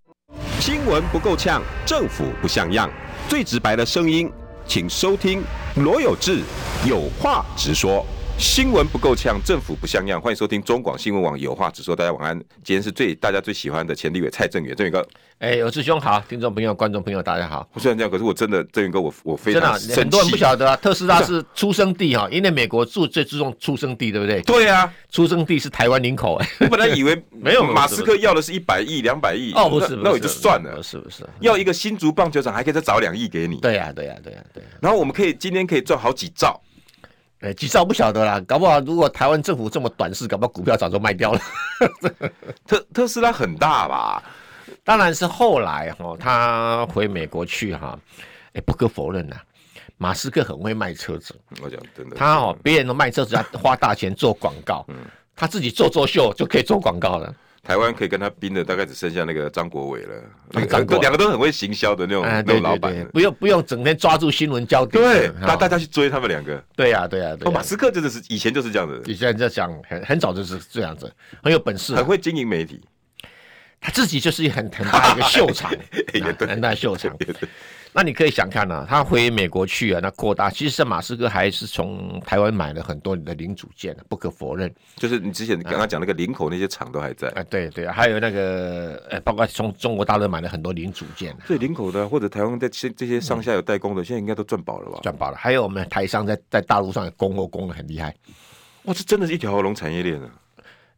S1: 新闻不够呛，政府不像样，最直白的声音，请收听罗有志有话直说。新闻不够呛，政府不像样，欢迎收听中广新闻网有话直说。大家晚安，今天是最大家最喜欢的前立委蔡正元，正元哥，
S2: 哎，有志兄好，听众朋友、观众朋友，大家好。
S1: 我虽然这样，可是我真的正元哥，我我非
S2: 真的
S1: 常
S2: 啊、
S1: 生气。
S2: 很多人不
S1: *laughs*
S2: 晓得啊，特斯拉是出生地哈、因为美国注最注重出生地，对不对？
S1: 对啊，
S2: 出生地是台湾
S1: *laughs*
S2: 林口、哎
S1: 我本来以为
S2: *laughs* 没有
S1: 马斯克要的是一百亿、两百亿，
S2: 哦，不
S1: 那
S2: 是，不
S1: 那
S2: 是
S1: 我就算
S2: 不
S1: 了。
S2: 是不是，
S1: 要一个新竹棒球场，还可以再找两亿给你，
S2: 对呀、对呀、对呀、对呀、
S1: 然后我们可以今天可以赚好几兆。
S2: 哎，几兆不晓得啦，搞不好如果台湾政府这么短视，搞不好股票早就卖掉了。 *laughs*
S1: 特特斯拉很大吧？
S2: 当然是后来哈、他回美国去哈、哎，不可否认呐、马斯克很会卖车子，
S1: 我讲真的，
S2: 他哦，别人都卖车子要花大钱做广告，
S1: 嗯
S2: 他自己做做秀就可以做广告了。
S1: 台湾可以跟他拼的大概只剩下那个张国伟了，那
S2: 张
S1: 个
S2: 国伟
S1: 都两个都很会行销的那种那
S2: 哎，对
S1: 种老
S2: 对
S1: 板
S2: 对，。不用不用整天抓住新闻焦点，
S1: 对，
S2: 哈
S1: 大大家去追他们两个。
S2: 对呀对呀对啊
S1: 哦，
S2: 呀
S1: 马。斯克真的是以前就是这样的，
S2: 你现在在讲，很很早就是这样子，很有本事啊
S1: 很，会经营媒体。
S2: 他自己就是很很大一个秀场，
S1: *laughs* 也
S2: 啊
S1: 对
S2: 很大的秀场。那你可以想看啊，他回美国去啊，那扩大，其实马斯克还是从台湾买了很多的零组件的，不可否认
S1: 就是你之前刚刚讲那个林口那些厂都还在，
S2: 啊，对对，还有那个呃，包括从中国大陆买了很多零组件，
S1: 所以林口的或者台湾在这这些上下游代工的，现在应该都赚饱了吧？
S2: 赚饱了。还有我们台商在在大陆上也供货供的很厉害，
S1: 哇，这真的是一条龙产业链啊！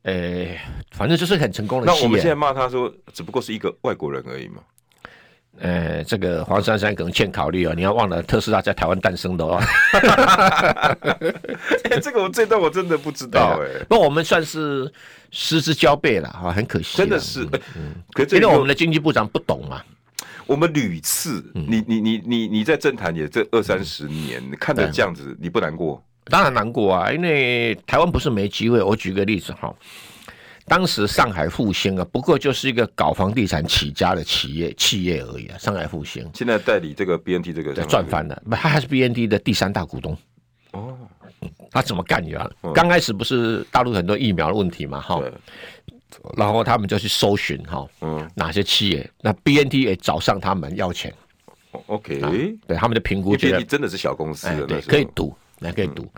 S2: 呃，反正就是很成功的
S1: 那
S2: 企业。啊
S1: 我们现在骂他说，只不过是一个外国人而已嘛。 *laughs*
S2: 呃，这个黄珊珊可能欠考虑哦，你要忘了特斯拉在台湾诞生的 *laughs* 哦。
S1: 哎这个我这段我真的不知
S2: 对啊 *laughs*
S1: 道哎、
S2: 那我们算是失之交臂了哈，很可惜啦，
S1: 真的是。哎可
S2: 因
S1: 这
S2: 为
S1: 个
S2: 嗯我
S1: 我
S2: 们
S1: 们
S2: 的经济部长不懂嘛，
S1: 我们屡次，
S2: 嗯
S1: 你你你你你在政坛也这二三十年，看着这样子，你不难过？
S2: 当然难过啊，因为台湾不是没机会。我举个例子哈，当时上海复兴啊，不过就是一个搞房地产起家的企业企业而已啊，上海复兴
S1: 现在代理这个 BNT 这个
S2: 赚翻了，不，他还是 BND 的第三大股东。
S1: 哦，
S2: 他怎么干呀？刚开始不是大陆很多疫苗的问题嘛，哈，
S1: 对，
S2: 然后他们就去搜寻哈，
S1: 嗯
S2: 哪些企业，那 BND 也找上他们要钱，
S1: 哦，OK，因
S2: 对他们的评估
S1: 为
S2: 啊觉得
S1: BNT 真的是小公司
S2: 哎，
S1: 的，
S2: 对
S1: 那，时候嗯
S2: 可以赌，那可以赌。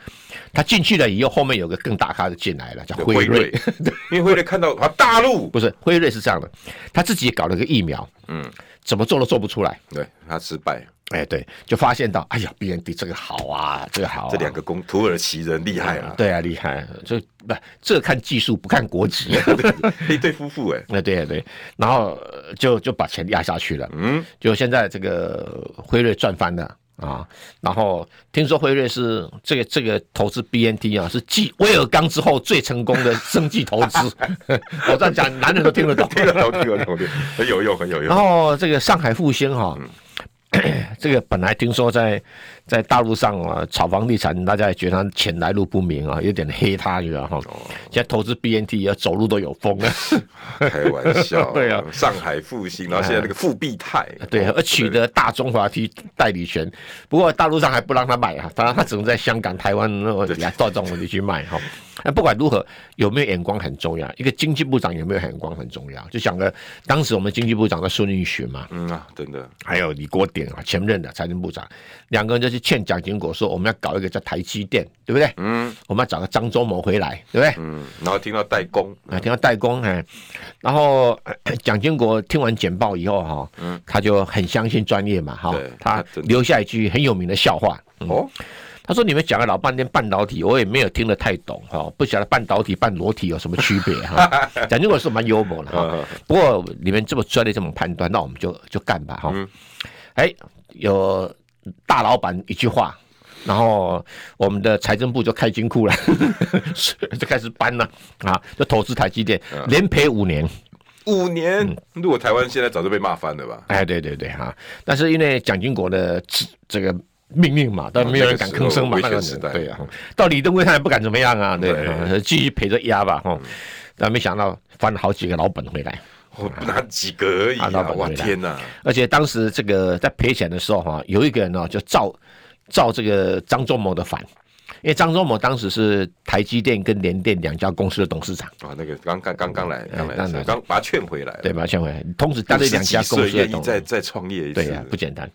S2: 他进去了以后，后面有个更大咖的进来了，叫
S1: 对
S2: 辉
S1: 辉
S2: 瑞 *laughs*
S1: 瑞。，因为辉瑞看到啊大陆，
S2: 不是辉瑞是这样的，他自己搞了个疫苗，嗯，怎么做都做不出来，
S1: 对他失败，
S2: 哎，对，就发现到，哎呀，B N D 这个好啊，这个好、啊，
S1: 这两个公土耳其人厉害啊！
S2: 对啊，厉害，这不这看技术不看国籍，啊
S1: *laughs* 一对夫妇哎、
S2: 那对啊对，然后呃就就把钱压下去了，
S1: 嗯，
S2: 就现在这个辉瑞赚翻了。啊，然后听说辉瑞是这个这个投资 BNT 啊，是继威尔刚之后最成功的生计投资。 *laughs* 我这样讲，男人都听得懂。
S1: 听得懂，听得懂，听得懂很有用，很有
S2: 然
S1: 用。
S2: 后这个上海复兴哈、 *clears throat* 这个本来听说在在大陆上啊炒房地产，大家也觉得他钱来路不明啊，有点黑他，你知道哈。现在投资 BNT 要走路都有风啊了，
S1: 开玩笑，
S2: 对啊哎
S1: 上海复兴，然后现在那个复必泰，哦
S2: 对，而取得大中华区代理权。不过大陆上还不让他买啊，当然他只能在香港、台湾那种到这种地区卖哈。那不管如何，有没有眼光很重要。一个经济部长有没有眼光很重要。就想个当时我们经济部长的孙运璇嘛，
S1: 嗯啊，真的，
S2: 还有李国鼎啊，前任的财政部长，两个人就去劝蒋经国说，我们要搞一个叫台积电，对不对？
S1: 嗯
S2: 我们要找个张忠谋回来，对不对？
S1: 嗯，然后听到代工，
S2: 啊，听到代工哎，然后呃蒋经国听完简报以后哈、
S1: 嗯
S2: 他就很相信专业嘛哈、
S1: 对他
S2: 他
S1: 真的
S2: 留下一句很有名的笑话，
S1: 哦，
S2: 他说：“你们讲了老半天半导体，我也没有听得太懂哈、不晓得半导体、半裸体有什么区别哈。
S1: *laughs*
S2: 蒋经国是蛮幽默的哈、
S1: 嗯
S2: 不过你们这么专业这么判断，那我们就就干吧哈。
S1: 嗯
S2: 哎，有大老板一句话，然后我们的财政部就开金库
S1: *laughs*
S2: 了，是就开始搬了啊，就投资台积电，
S1: 啊
S2: 连赔五年。
S1: 五
S2: 嗯
S1: 年，如果台湾现在早就被骂翻了吧？
S2: 哎，对对对哈、但是因为蒋经国的指这个命令嘛，但没有人敢吭声嘛，
S1: 啊那
S2: 那
S1: 个
S2: 个
S1: 时候
S2: 时
S1: 危险时代
S2: 代对啊，到李登辉他也不敢怎么样啊，对
S1: 对
S2: 啊，继续陪着压吧哈。但没想到翻了好几个老本回来，
S1: 我拿哦几个而已
S2: 嗯啊老
S1: 啊！
S2: 板
S1: 哇
S2: 回来
S1: 天哪，
S2: 而且当时这个在赔钱的时候哈、有一个人呢、就造造这个张忠谋的反，因为张忠谋当时是台积电跟联电两家公司的董事长，
S1: 哇，那个刚刚刚刚来，刚来的
S2: 当
S1: 时候，
S2: 然
S1: 刚把他劝回来了，
S2: 哎对吧？像我同时担任两家公
S1: 50几岁
S2: 司的
S1: 愿意
S2: 董事
S1: 再
S2: 长，
S1: 再创业一次，
S2: 对呀、不简单。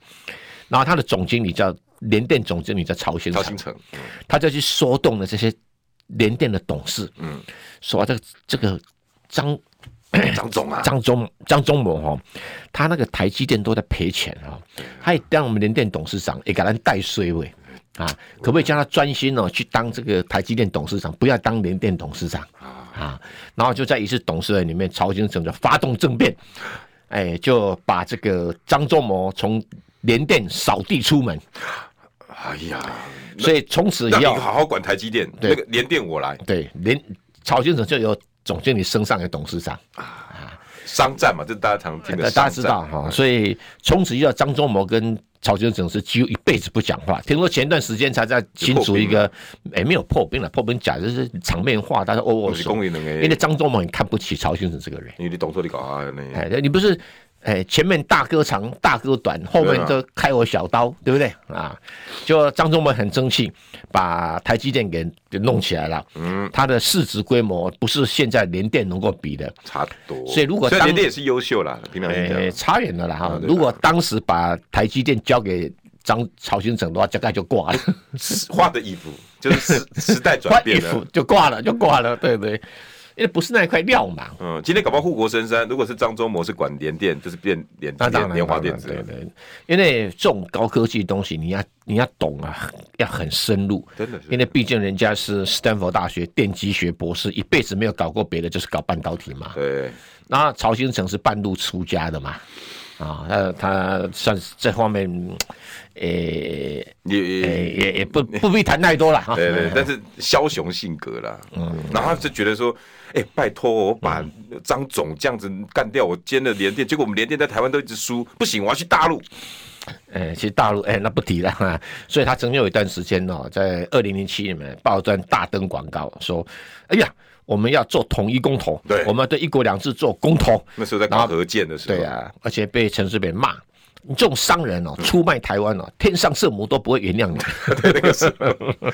S2: 然后他的总经理叫联电总经理叫曹先
S1: 曹
S2: 生，
S1: 新成，嗯
S2: 他就去说动了这些联电的董事，
S1: 嗯，
S2: 说啊这个这个张
S1: 张总啊，
S2: 张忠张忠谋哈、哦，他那个台积电都在赔钱哈、哦，他也让我们联电董事长也给他带衰位啊，可不可以叫他专心哦去当这个台积电董事长，不要当联电董事长啊？然后就在一次董事会里面，曹先生就发动政变，哎，就把这个张忠谋从联电扫地出门，
S1: 哎呀，
S2: 所以从此以
S1: 让你
S2: 后
S1: 好好管台积电，
S2: 对
S1: 那个联电我来，
S2: 对联曹先生就由总经理升上的董事长。
S1: 商战嘛，这大家常听的
S2: 呃，
S1: 商战，哎
S2: 大家
S1: 嗯
S2: 知道哈，所以从此遇到张忠谋跟曹先生是几乎一辈子不讲话。听说前段时间才在新竹一个，哎，没有破冰了，破冰假就是场面话，大家握
S1: 我
S2: 握
S1: 是
S2: 手
S1: 公。务人员，
S2: 因为张忠谋很看不起曹先生这个人，
S1: 因为你懂说你搞啊，那
S2: 哎，你不是，哎，前面大哥长大哥短，后面都开我小刀，对不对啊？就张忠谋很争气，把台积电给给弄起来了，
S1: 嗯，
S2: 它的市值规模不是现在联电能够比的，
S1: 差不多。
S2: 所以如果
S1: 虽
S2: 当
S1: 然联电也是优秀啦，凭良心
S2: 哎，
S1: 讲，
S2: 差远了啦哈
S1: 啊！对
S2: 如果当时把台积电交给张曹兴诚的话，大概就
S1: *laughs*
S2: 挂了，
S1: 画的衣服就是时 *laughs* 时代转
S2: 换
S1: 变
S2: 衣
S1: 了
S2: 服。就挂了，就挂了，对不对？因为不是那一块料嘛。
S1: 嗯，今天搞不好护国神山，如果是张忠谋是管联电，就是变联
S2: 那当
S1: 联
S2: 然，
S1: 联华
S2: 当然
S1: 电子
S2: 对
S1: 了，
S2: 对，因为这种高科技的东西，你要你要懂啊，要很深入。
S1: 真的是
S2: 因为毕竟人家是斯坦福大学电机学博士，一辈子没有搞过别的，就是搞半导体嘛。
S1: 对，
S2: 那曹兴诚是半路出家的嘛，啊，他他算是这方面，呃诶、也
S1: 也
S2: 也也不不必谈太多了哈。哎
S1: 对对，但是枭雄性格啦，
S2: 嗯
S1: 然后他就觉得说，哎，拜托我把张总这样子干掉，我兼了联电，结果我们联电在台湾都一直输，不行，我要去大陆，
S2: 哎、其实大陆哎、那不提了哈。所以他曾经有一段时间哦，在二零零七年面报段大登广告说，哎呀，我们要做统一公投，
S1: 对
S2: 我们要对一国两制做公投，
S1: 那时候在搞核建的时候，
S2: 对啊，而且被陈水扁骂。你这种商人哦，出卖台湾哦，天上圣母都不会原
S1: *laughs*
S2: 谅你。
S1: 嗯那个时嗯候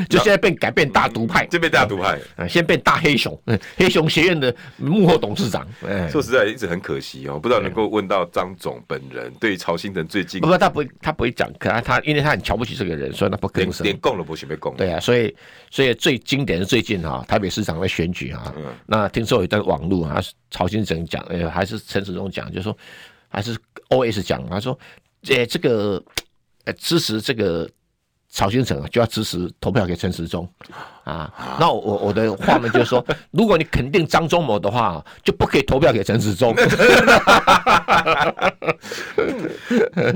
S2: *laughs* 就现在变改变大独派，
S1: 这边大家毒害。
S2: 啊，先变大黑熊，嗯黑熊学院的幕后董事长。哎、
S1: 说实在，一直很可惜哦，不知道能够问到张总本人对于曹兴诚最近
S2: 哦不不，他不会，他不会讲，可他他因为他很瞧不起这个人，所以他不
S1: 连
S2: 吭声。
S1: 连供都不行被供，
S2: 对啊，所以所以最经典的最近哈、台北市长的选举啊，
S1: 嗯
S2: 那听说有一段网络啊，曹先生讲，呃，还是陈时中讲，就说还是 O S 讲，他说呃，这个呃支持这个曹先生啊，就要支持投票给陈时中啊。那我我的话呢，就是说，如果你肯定张忠谋的话，就不可以投票给陈时中。？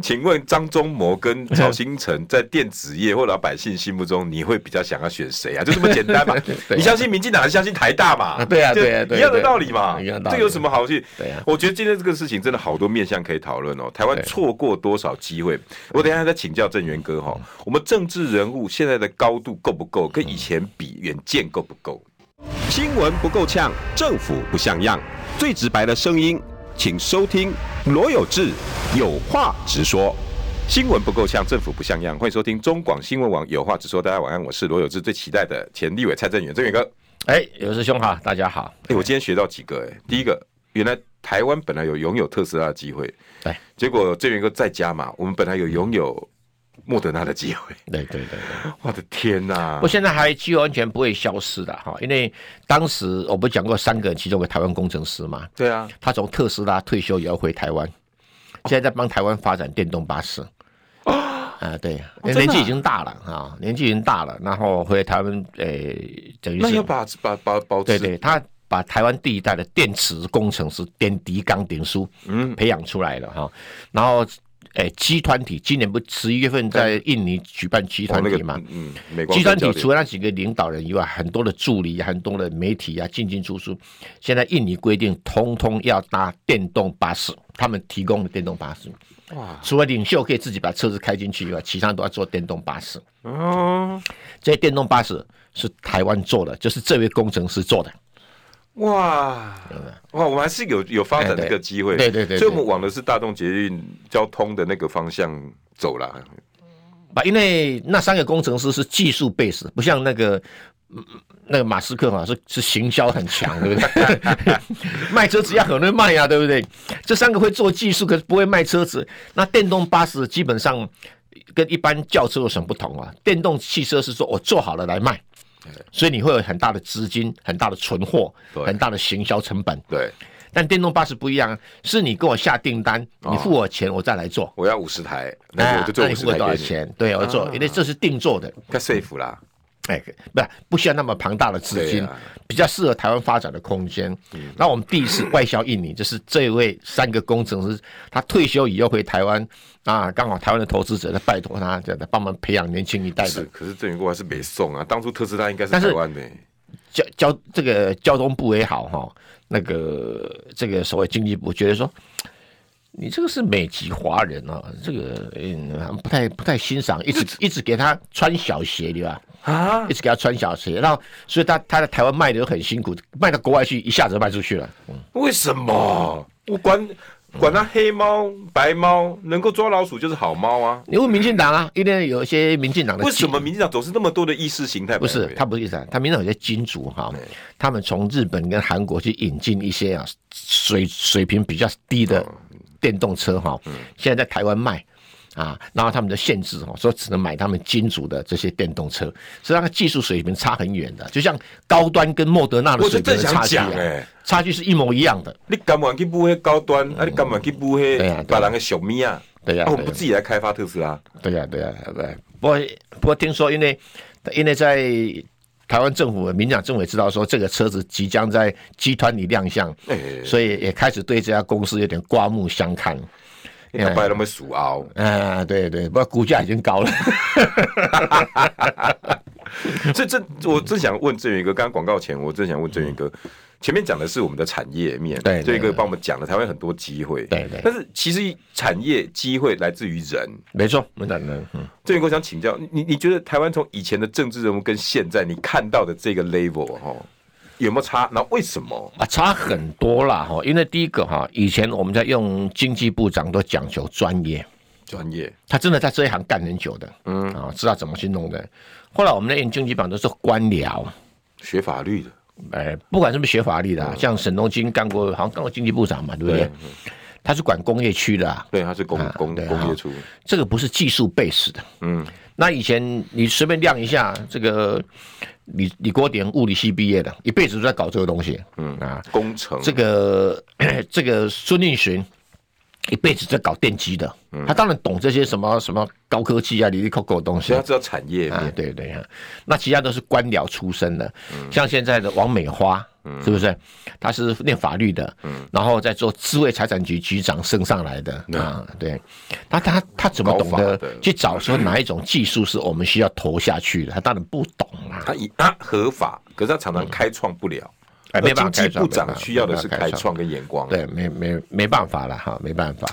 S1: 请问张忠谋跟曹新成在电子业或老百姓心目中，你会比较想要选谁啊？就这么简单嘛
S2: *laughs* 对啊
S1: 你相信民进党，还是相信台大嘛？
S2: 啊对啊
S1: 就
S2: 对啊对啊
S1: 一样的道理嘛。
S2: 一样的道理
S1: 这有什么好去？
S2: 对啊
S1: 我觉得今天这个事情真的好多面向可以讨论哦。台湾
S2: 对
S1: 错过多少机会？我等一下再请教郑源哥
S2: 嗯
S1: 哈、我们政治人物现在的高度够不够？跟以前比，远见够不够？
S3: 新闻不够呛，政府不像样，最直白的声音，请收听罗有志有话直说。
S1: 新闻不够呛，政府不像样。欢迎收听中广新闻网，有话直说。大家晚安，我是罗有志，最期待的前立委蔡正元，正元哥。
S2: 哎，有师兄哈，大家好。
S1: 哎、我今天学到几个哎、
S2: 嗯
S1: 第一个，原来台湾本来有拥有特斯拉的机会，
S2: 对，
S1: 结果这边哥再加嘛，我们本来有拥有莫德纳的机会。
S2: 对对对对，
S1: *laughs* 我的天呐、
S2: 不过现在还几乎完全不会消失的哈，因为当时我不是讲过三个人，其中一个台湾工程师嘛，
S1: 对啊，
S2: 他从特斯拉退休也要回台湾，现在在帮台湾发展电动巴士。啊，对，
S1: 真的啊
S2: 年纪已经大了啊，年纪已经大了，然后回台湾，诶、等于
S1: 那要
S2: 是，
S1: 把把把保持
S2: 对对，他把台湾第一代的电池工程师点迪刚鼎书，嗯，培养出来了哈、然后，诶、集团体今年不十一月份在印尼举办集
S1: 往
S2: 团
S1: 那个
S2: 体嘛，
S1: 嗯，美国
S2: 集团体除了那几个领导人以外，很多的助理、很多的媒体啊，进进出出。现在印尼规定，通通要搭电动巴士，他们提供的电动巴士，
S1: 哇
S2: 除了领袖可以自己把车子开进去以外，其他都要坐电动巴士。
S1: 哦
S2: 这些电动巴士是台湾做的，就是这位工程师做的。
S1: 哇哇，我们还是有有发展这个机会，
S2: 哎对对对对
S1: 所以我们往的是大众捷运交通的那个方向走啦。
S2: 吧，因为那三个工程师是技术 base，不像那个。嗯那个马斯克嘛，是是行销很强，对不对？ *laughs* 卖车子要很会卖呀、对不对？这三个会做技术，可是不会卖车子。那电动巴士基本上跟一般轿车有什么不同啊？电动汽车是说我做好了来卖，所以你会有很大的资金、很大的存货、
S1: 对
S2: 很大的行销成本。
S1: 对，
S2: 但电动巴士不一样啊，是你给我下订单，你付我钱，我再来做。
S1: 我要五十台，那我就做
S2: 啊那
S1: 五
S2: 你
S1: 十
S2: 付我
S1: 台
S2: 多少
S1: 给你，啊
S2: 钱？对，我做，因为这是定做的。
S1: 太 safe 啦。
S2: 哎，不不需要那么庞大的资
S1: 对
S2: 金，
S1: 啊嗯
S2: 比较适合台湾发展的空间。那我们第一次外销印尼，就是这位三个工程师，他退休以后回台湾啊，刚好台湾的投资者在拜托他，这样的帮忙培养年轻一代
S1: 是
S2: 的，
S1: 可是郑源哥还是没送啊，当初特斯拉应该是
S2: 但是
S1: 台湾的、
S2: 交交这个交通部也好哈，那个这个所谓经济部觉得说。你这个是美籍华人啊，这个嗯不太不太欣赏，一直一直给他穿小鞋，对吧？
S1: 啊
S2: 一，直给他穿小鞋，然后所以他他在台湾卖的很辛苦，卖到国外去一下子就卖出去了。
S1: 为什么？哦我管管它黑猫白猫，能够抓老鼠就是好猫啊！
S2: 因为民进党啊，一定有一些民进党的
S1: 为什
S2: 金
S1: 么民进党总是那么多的意识形态？
S2: 不是他不是意思啊，他民进党有些金主哈，他们从日本跟韩国去引进一些啊水水平比较低的
S1: 嗯
S2: 电动车哈，现在在台湾卖。啊，然后他们的限制哦，说只能买他们金主的这些电动车，所以那个技术水平差很远的，就像高端跟莫德纳
S1: 我
S2: 的
S1: 就
S2: 水平
S1: 正
S2: 的
S1: 想
S2: 差距、啊
S1: 讲，哎，
S2: 差距是一模一样的。
S1: 你敢不敢去不黑高端？啊，你敢不敢去不黑
S2: 嗯对啊对啊
S1: 把人的小咪啊？
S2: 对呀
S1: 啊我们
S2: 对
S1: 不
S2: 呀
S1: 自己来开发特斯拉？
S2: 对呀、对呀、对。不过不过听说，因为因为在台湾政府、民进党政府也知道说这个车子即将在集团里亮相，
S1: 哎，
S2: 所以也开始对这家公司有点刮目相看。
S1: 你敢摆那么鼠傲？
S2: 啊，对对，不过股价已经高了。 *laughs*
S1: 所以这我正想问郑源哥，刚刚广告前我正想问郑源哥，前面讲的是我们的产业面，
S2: 嗯对对
S1: 郑源哥
S2: 对
S1: 帮我们讲了，台湾有很多机会，
S2: 对对
S1: 但是其实产业机会来自于人，
S2: 没错，没错，嗯，
S1: 郑源哥我想请教你，你觉得台湾从以前的政治人物跟现在你看到的这个 level 哦，有没有差？那为什么？
S2: 啊，差很多啦哈。因为第一个哈，以前我们在用经济部长都讲求专业，
S1: 专业
S2: 他真的在这一行干很久的，嗯啊，知道怎么去弄的。后来我们的用经济部长都是官僚，
S1: 学法律的，
S2: 哎，不管是不是学法律的啊、像沈东京干过，好像干过经济部长嘛，对不对？他是管工业区的、啊，
S1: 对，他是工
S2: 啊
S1: 工
S2: 对
S1: 工业
S2: 好
S1: 处，
S2: 这个不是技术 base 的。
S1: 嗯，
S2: 那以前你随便亮一下，这个李李国典物理系毕业的，一辈子都在搞这个东西，嗯啊，
S1: 工程
S2: 这个这个孙令寻一辈子在搞电机的，他当然懂这些什么什么高科技啊、里里扣扣的东西
S1: 所以。要知道产业
S2: 啊，
S1: 面，
S2: 对对啊，那其他都是官僚出身的，
S1: 嗯
S2: 像现在的王美花，是不是？她是念法律的，
S1: 嗯
S2: 然后再做智慧财产局局长升上来的啊，对，那他他怎么懂
S1: 搞嗯法
S2: 得
S1: 的
S2: 去找说哪一种技术是我们需要投下去的？他当然不懂啊，
S1: 他以啊合法，可是他常常开创不了。
S2: 嗯哎没办法
S1: 而经
S2: 开
S1: 济
S2: 创
S1: 部
S2: 没
S1: 长
S2: 办法
S1: 需要的是
S2: 没办法
S1: 开
S2: 开
S1: 创
S2: 创
S1: 跟眼光。，
S2: 对，没没没办法了哈，没办法，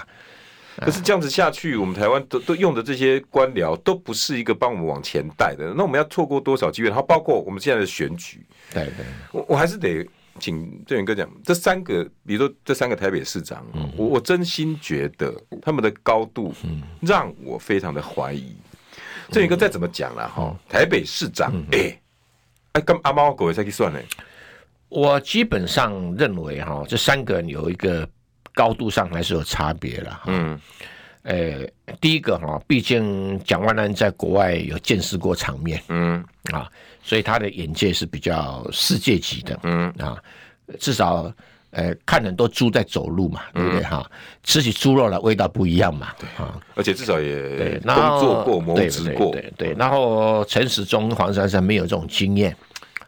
S1: 哎可是这样子下去，我们台湾都都用的这些官僚都不是一个帮我们往前带的。那我们要错过多少机会？然后包括我们现在的选举，
S2: 对对，
S1: 我我还是得请郑源哥讲，这三个，比如说这三个台北市长，
S2: 嗯
S1: 我我真心觉得他们的高度让我非常的怀疑。郑源哥再怎么讲了
S2: 嗯
S1: 哈，台北市长，哎，哎，跟阿猫狗也再去算呢，
S2: 我基本上认为哈，这三个人有一个高度上还是有差别了哈。
S1: 嗯
S2: 呃，第一个哈，毕竟蒋万安在国外有见识过场面
S1: 嗯
S2: 啊，所以他的眼界是比较世界级的
S1: 嗯
S2: 啊，至少呃看很多猪在走路嘛，对
S1: 嗯
S2: 不对哈？吃起猪肉来味道不一样嘛，对啊，
S1: 而且至少也
S2: 对，
S1: 嗯工
S2: 然后
S1: 作过、谋
S2: 对
S1: 职过
S2: 对，对对然后陈时中、黄珊珊没有这种经验，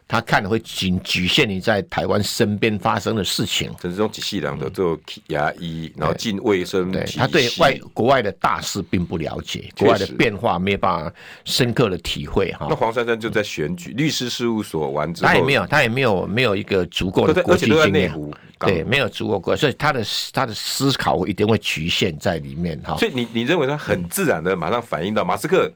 S2: 他看的会仅局限于在台湾身边发生的事情。
S1: 陈志忠几细郎的做牙医，然后进卫生
S2: 嗯对
S1: 体系，
S2: 他对外国外的大事并不了解，
S1: 确实
S2: 国外的变化没有办法深刻的体会
S1: 那
S2: 哈。
S1: 黄珊珊就在选举律师事务所完之后，
S2: 他也没有，他也没有没有一个足够
S1: 都
S2: 的
S1: 在，
S2: 国
S1: 而且
S2: 际
S1: 都在
S2: 经
S1: 内
S2: 验，
S1: 湖，港
S2: 对，没有足够过，所以他的他的思考一定会局限在里面哈。
S1: 所以你你认为他很自然的马上反映到马斯克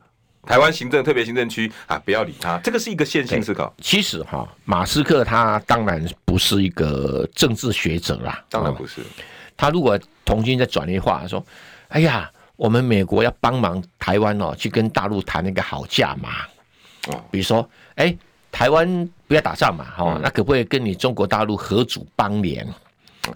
S1: 台湾行政特别行政区啊，不要理他，这个是一个线性思考，
S2: 其实哈，马斯克他当然不是一个政治学者啦，
S1: 当然
S2: 哦
S1: 不是，
S2: 他如果重新再转一话说，哎呀，我们美国要帮忙台湾哦，去跟大陆谈一个好价嘛
S1: 哦。
S2: 比如说，哎、台湾不要打仗嘛，哦，那可不可以跟你中国大陆合组邦联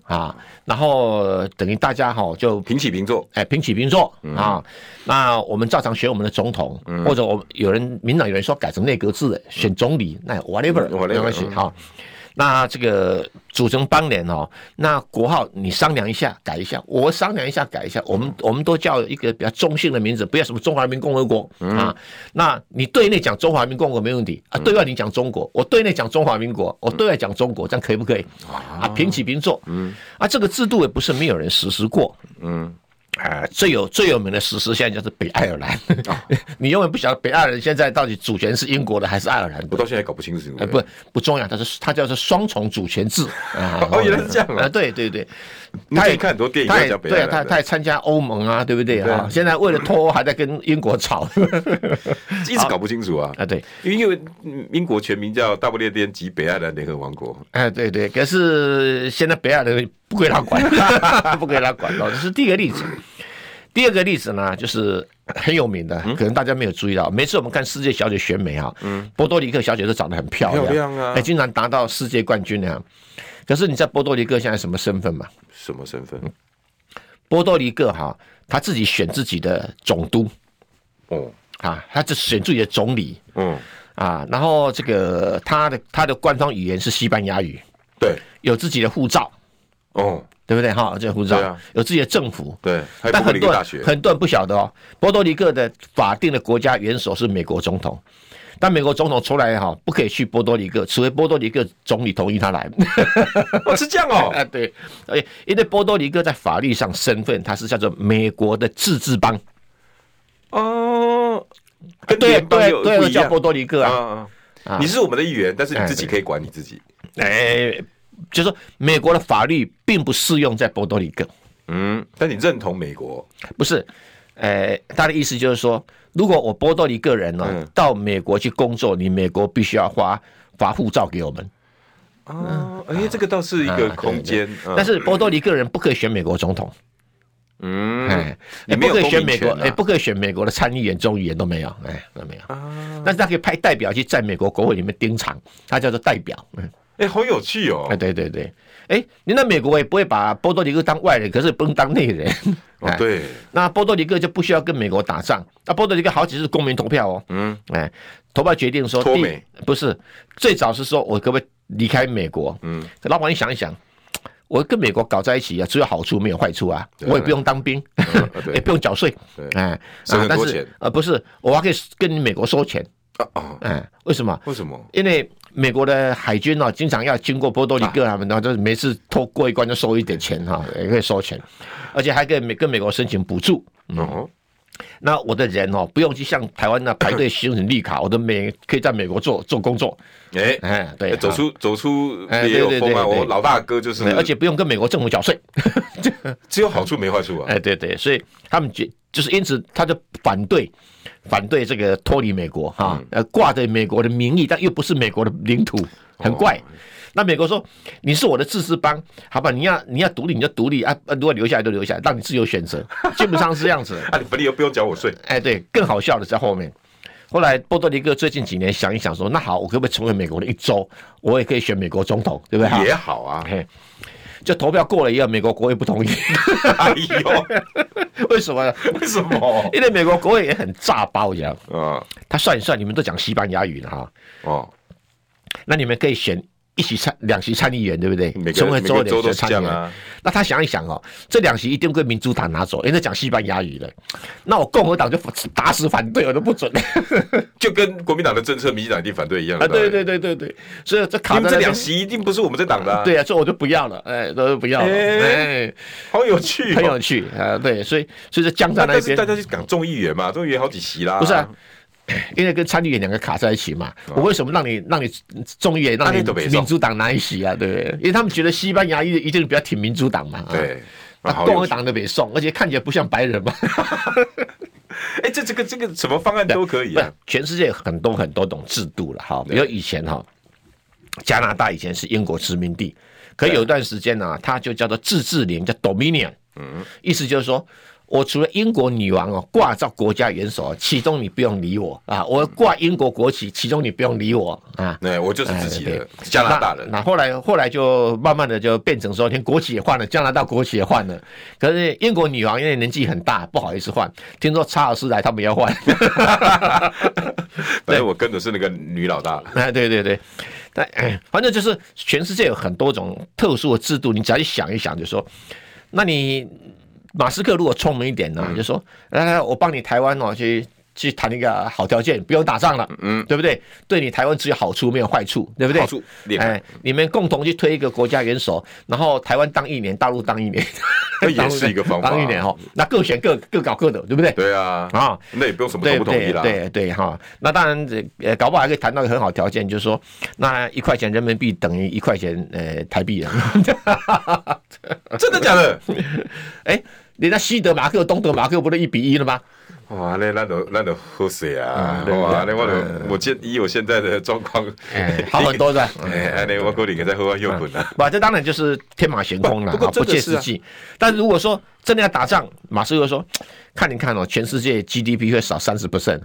S2: 啊？然后呃等于大家哈、哦、就
S1: 平起平坐，
S2: 哎，平起平坐
S1: 嗯
S2: 啊。那我们照常选我们的总统，或者我们有人民党有人说改成内阁制，选总理，那 whatever
S1: whatever，
S2: 没关系
S1: 嗯
S2: 哈。那这个组成邦联哦，那国号你商量一下改一下，我商量一下改一下，我们我们都叫一个比较中性的名字，不要什么中华人民共和国
S1: 嗯
S2: 啊。那你对内讲中华人民共和国没问题啊，对外你讲中国，我对内讲中华民
S1: 嗯
S2: 国，我对外讲中国，这样可以不可以？啊，平起平坐，嗯，啊，这个制度也不是没有人实施过，
S1: 嗯，
S2: 呃，最有最有名的实施现在就是北爱尔兰，
S1: 哦
S2: *laughs* 你永远不晓得北爱尔兰现在到底主权是英国的还是爱尔兰
S1: 我
S2: 的。
S1: 到现在搞不清楚，
S2: 呃，不不重要，它是它叫做双重主
S1: *laughs*
S2: 权制啊
S1: 哦原来是这样啊
S2: 啊！对对对，
S1: 你可以看很多电影
S2: 他
S1: 要
S2: 也
S1: 讲北
S2: 对
S1: 爱
S2: 啊，
S1: 尔
S2: 他
S1: 兰
S2: 他
S1: 的，
S2: 也参加欧盟啊，对不对
S1: 对啊
S2: 啊？现在为了脱欧还在跟英国吵 *laughs*
S1: 一直搞不清楚啊，
S2: 啊！对，
S1: 因为因为嗯英国全名叫大不列颠及北爱尔兰联合王国，
S2: 哎对对，可是现在北爱尔兰不归他管， *laughs* 不归他管到，哦这是第一个例子。第二个例子呢，就是很有名的，
S1: 嗯
S2: 可能大家没有注意到。每次我们看世界小姐选美啊，波多黎各小姐都长得很漂亮，
S1: 漂亮啊
S2: 哎，经常拿到世界冠军那样。可是你在波多黎各现在什么身份嘛？
S1: 什么身份？
S2: 波多黎各哈、他自己选自己的总督
S1: 哦，
S2: 啊，他只选自己的总理
S1: 嗯，
S2: 啊，然后这个他的他的官方语言是西班牙语，
S1: 对，
S2: 有自己的护照，
S1: 哦，
S2: 对不对哈？这个护照、
S1: 对啊
S2: 有自己的政府，
S1: 对，还有
S2: 但
S1: 伯克
S2: 很
S1: 利一个
S2: 多
S1: 大
S2: 人
S1: 学，
S2: 很多人不晓得哦，波多黎各的法定的国家元首是美国总统，但美国总统出来哈、不可以去波多黎各，除非波多黎各总理同意他来。
S1: 哦，是这样哦，
S2: 啊， *laughs* 对，而且因为波多黎各在法律上身份它是叫做美国的自治邦，
S1: 哦，跟
S2: 对
S1: 联邦
S2: 对
S1: 有不
S2: 对，
S1: 一样
S2: 叫波多黎各啊，
S1: 啊
S2: 啊
S1: 你是我们的一员，但是你
S2: 哎
S1: 自己可以管你自己。
S2: 哎，就是说美国的法律并不适用在波多黎各，
S1: 嗯，但你认同美国，
S2: 不是。呃，他的意思就是说，如果我波多黎各人呢、哦
S1: 嗯
S2: 到美国去工作，你美国必须要发发护照给我们。
S1: 哦，哎，这个倒是一个
S2: 啊
S1: 空间，嗯
S2: 但是波多黎各人不可以选美国总统，
S1: 嗯
S2: 哎，，
S1: 你
S2: 也
S1: 没
S2: 不
S1: 有
S2: 可以
S1: 公
S2: 选
S1: 民
S2: 美国
S1: 权，
S2: 哎，
S1: 啊，
S2: 不可以选美国的参议员、众议员都没有，哎，都没有。
S1: 啊，
S2: 但是他可以派代表去在美国国会里面盯场，他叫做代表。嗯，
S1: 哎，好有趣哦
S2: 哎，，对对对，哎，你那美国也不会把波多黎各当外人，可是不能当内人。哎
S1: 哦，对，
S2: 那波多黎各就不需要跟美国打仗。那波多黎各好几次公民投票哦，
S1: 嗯，
S2: 哎，投票决定说
S1: 脱
S2: 第
S1: 美
S2: 不是最早是说我可不可以离开美国？
S1: 嗯，
S2: 老板你想一想，我跟美国搞在一起啊，只有好处没有坏处啊，
S1: 对
S2: 我也不用当兵，
S1: 嗯啊对
S2: 也不用缴税
S1: 对，
S2: 哎，啊
S1: 省很
S2: 但
S1: 多
S2: 是
S1: 钱
S2: 呃，不是，我还可以跟美国收钱，
S1: 啊啊，
S2: 哎，为什么？
S1: 为什么？
S2: 因为美国的海军哦，经常要经过波多黎
S1: 啊
S2: 各他们，然后就是每次偷过一关就收一点钱哈，也可以收钱，而且还可以美跟美国申请补助。
S1: 哦，
S2: 那我的人哦，不用去像台湾那排队申请绿卡，我的美可以在美国做做工作。
S1: 哎，
S2: 哎，对，
S1: 走
S2: 哈
S1: 出走出
S2: 哎
S1: 也有
S2: 对对
S1: 风啊！
S2: 对对
S1: 我老大哥就是
S2: 对，而且不用跟美国政府缴税。
S1: 只有好处没坏处啊！
S2: 哎，对对，所以他们觉就是因此他就反对反对这个脱离美国哈，
S1: 嗯
S2: 呃，挂着美国的名义，但又不是美国的领土，
S1: 哦
S2: 很怪。那美国说你是我的自治邦，好吧，你要你要独立你就独立啊，啊如果留下来就留下来，让你自由选择，基本上是这样子的。
S1: 啊，你本地又不用缴我税，
S2: 哎，对，更好笑的在后面。后来波多黎各最近几年想一想说，那好，我可不可以成为美国的一州？我也可以选美国总统，对不对？
S1: 也好啊！
S2: 嘿，就投票过了以后，美国国会不同意，
S1: 哎呦，
S2: 为什么呢？
S1: 为什么？
S2: 因为哎美国 *laughs* 国会也很炸包，这样
S1: 啊
S2: 他算一算，你们都讲西班牙语了哈，
S1: 哦，
S2: 那你们可以选一席参两席参议员，对不对？
S1: 每个
S2: 成
S1: 每
S2: 为
S1: 个州
S2: 两
S1: 都
S2: 席
S1: 是
S2: 参
S1: 这样
S2: 议员。
S1: 啊！
S2: 那他想一想哦，这两席一定归民主党拿走，因为哎讲西班牙语的，那我共和党就打死反对，我都不准。 *laughs*
S1: 就跟国民党的政策，民进党一定反对一样
S2: 啊，对
S1: 对
S2: 对对对对，所以
S1: 不，
S2: 这卡
S1: 你们
S2: 在那
S1: 这
S2: 边
S1: 两。席一定不是我们这党的啊，
S2: 对啊，所以我就不要了，哎，都不要了，
S1: 哎
S2: 哎，
S1: 好有趣哦，
S2: 很有趣啊，对，所以所以这僵
S1: 那
S2: 在那
S1: 但是大
S2: 边，
S1: 家去讲众议员嘛，众议员好几席啦，
S2: 不是啊，因为跟参议员两个卡在一起嘛，我为什么让你让你众议员让
S1: 啊
S2: 你
S1: 哦你都没中
S2: 民主党拿一席啊，对不对？因为他们觉得西班牙一一定比较挺民主党嘛，啊，
S1: 对，
S2: 那
S1: 啊好
S2: 共
S1: 有
S2: 和
S1: 趣。
S2: 党的北宋，而且看起来不像白人嘛，
S1: 哎，这这个这个什么方案都可以
S2: 不是
S1: 啊，，
S2: 全世界有很多很多种制度了哈，比
S1: 对
S2: 如以前哈，加拿大以前是英国殖民地，可有一段时间呢、它就叫做自治领，叫 dominion，嗯，意思就是说。我除了英国女王哦，挂照国家元首，啊其中你不用理我
S1: 嗯
S2: 啊！我挂英国国旗，其中你不用理我啊！
S1: 对，我就是自己
S2: 哎
S1: 的
S2: 对
S1: 加拿大人
S2: 那那后来后来就慢慢的就变成说，连国旗也换了，加拿大国旗也换了。可是英国女王因为年纪很大，不好意思换。听说查尔斯来，他们也要换。
S1: 反正我跟的是那个女老大，
S2: *laughs* 哎，对对对，但、哎反正就是全世界有很多种特殊的制度，你只要一想一想，就说，那你马斯克如果聪明一点呢、
S1: 嗯
S2: 就说，来来，我帮你台湾哦去。去谈一个好条件，不用打仗了，嗯，对不对？对你台湾只有好处，没有坏处，对不对？
S1: 好处厉害
S2: 哎，你们共同去推一个国家元首，然后台湾当一年，大陆当一年，
S1: 那也是一个方法
S2: *laughs* 当一年哦，那各选各各搞各的，对不对？
S1: 对啊，
S2: 啊，
S1: 那也不用什么
S2: 对
S1: 同不
S2: 不
S1: 同意
S2: 对？
S1: 啦，
S2: 对对哈，那当然，呃，搞不好还可以谈到一个很好条件，就是说，那一块钱人民币等于一块钱呃台币啊。 *laughs*
S1: 真的假的？
S2: 哎，人家西德马克、东德马克不都一比一了吗？
S1: 哇，那那都那都喝水啊！
S2: 嗯对
S1: 哇，那
S2: 对
S1: 我都我现以我现在的状况，
S2: 哎，好很多的。
S1: *laughs* 哎，那我可能在喝完又滚了。
S2: 哇，这当然就是天马行空
S1: 不
S2: 了，
S1: 不过
S2: 啊不
S1: 真的
S2: 切
S1: 是啊
S2: 实际。但如果说真的要打仗，马斯克说，看你看哦，全世界 GDP 会少三十 percent。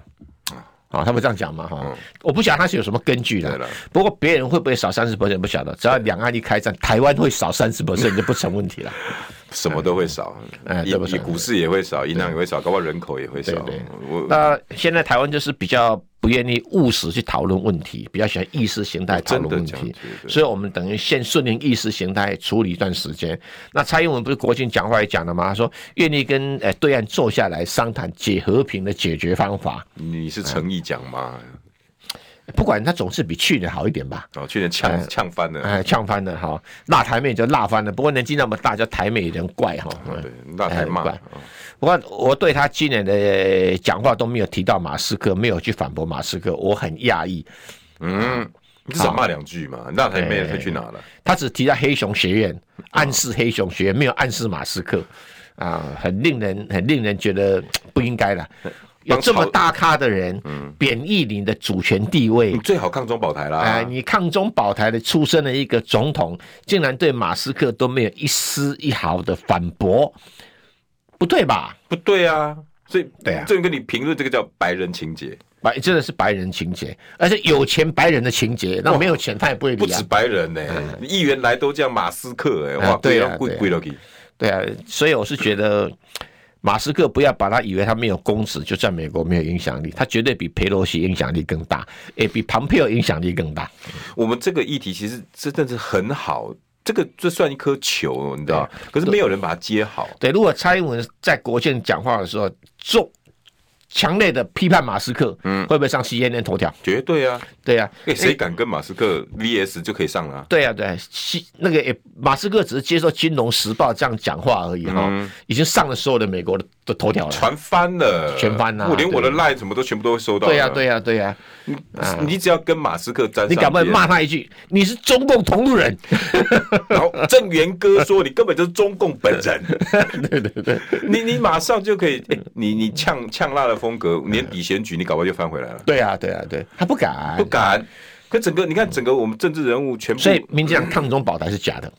S2: 啊，他们这样讲嘛哈，我不晓得他是有什么根据
S1: 嗯对
S2: 的
S1: 了。
S2: 不过别人会不会少三十 percent 不晓得，只要两岸一开战，台湾会少三十 percent 就不成问题了。
S1: 什么都会少，
S2: 哎
S1: 一
S2: 对不
S1: 一
S2: 起
S1: 股市也会少，银行也会少，搞不好人口也会少
S2: 对对。
S1: 我
S2: 那现在台湾就是比较不愿意务实去讨论问题，比较喜欢意识形态讨论问
S1: 哦真的
S2: 题
S1: 这样子，对
S2: 所以我们等于先顺应意识形态处理一段时间。那蔡英文不是国庆讲话也讲了吗？他说愿意跟呃对岸坐下来商谈解和平的解决方法， *laughs*
S1: 你是诚意讲嘛？
S2: 不管他总是比去年好一点吧。
S1: 哦，去年呛呛翻了，
S2: 哎，呛翻了哈，辣台妹就辣翻了。不过年纪那么大，叫台妹有点怪哈。嗯
S1: 哦对，那才骂
S2: 哎怪。我我对他今年的讲话都没有提到马斯克，没有去反驳马斯克，我很讶异。
S1: 嗯，你至少骂两句嘛，那台妹会去哪了？
S2: 他只提到黑熊学院，暗示黑熊学院，没有暗示马斯克，啊、很令人很令人觉得不应该了。有这么大咖的人，贬义你的主权地位
S1: 你，最好抗中保台
S2: 哎、
S1: 啦。
S2: 你抗中保台的出身的一个总统，竟然对马斯克都没有一丝一毫的反驳，不对吧？
S1: 不对啊，所以
S2: 对啊
S1: 这跟你评论这个叫白人情节，
S2: 白真的是白人情节，而且有钱白人的情节，那没有钱他也不会
S1: 不
S2: 理啊
S1: 止。白人呢，议员来都叫马斯克哎，
S2: 哎
S1: 哇，
S2: 对啊
S1: 要贵
S2: 对啊
S1: 贵了给。
S2: 对啊，所以我是觉得马斯克不要把他以为他没有公职就在美国没有影响力，他绝对比佩洛西影响力更大，也比庞佩尔影响力更大。
S1: 我们这个议题其实真的是很好这个这算一颗球，你知道？
S2: 啊
S1: 可是没有人把它接好。
S2: 对，如果蔡英文在国庆讲话的时候，重强烈的批判马斯克，嗯，会不会上 CNN 头条？
S1: 绝对啊，
S2: 对呀、啊，
S1: 哎，谁敢跟马斯克 VS 就可以上了、啊。
S2: 对呀、啊，对啊，西那个也马斯克只是接受《金融时报》这样讲话而已哈、
S1: 嗯
S2: 已经上了所有的美国的的头条了。
S1: 船翻了，
S2: 全翻啊
S1: 我连我的
S2: 对
S1: line 什么都全部都会收到。
S2: 对呀、啊对呀、对呀、
S1: 你你只要跟马斯克沾上边，
S2: 你敢不敢骂他一句？你是中共同路人？ *laughs*
S1: 然后郑源哥说你根本就是中共本
S2: *laughs*
S1: 人，
S2: 对对对，
S1: 你你马上就可以，哎你你呛呛辣的风格，
S2: 嗯
S1: 年底选举你搞不好就翻回来了，
S2: 对呀、啊对呀、对，他不敢，
S1: 不敢。可整个你看整个我们政治人物全部
S2: 所以民进党抗中保台是假的，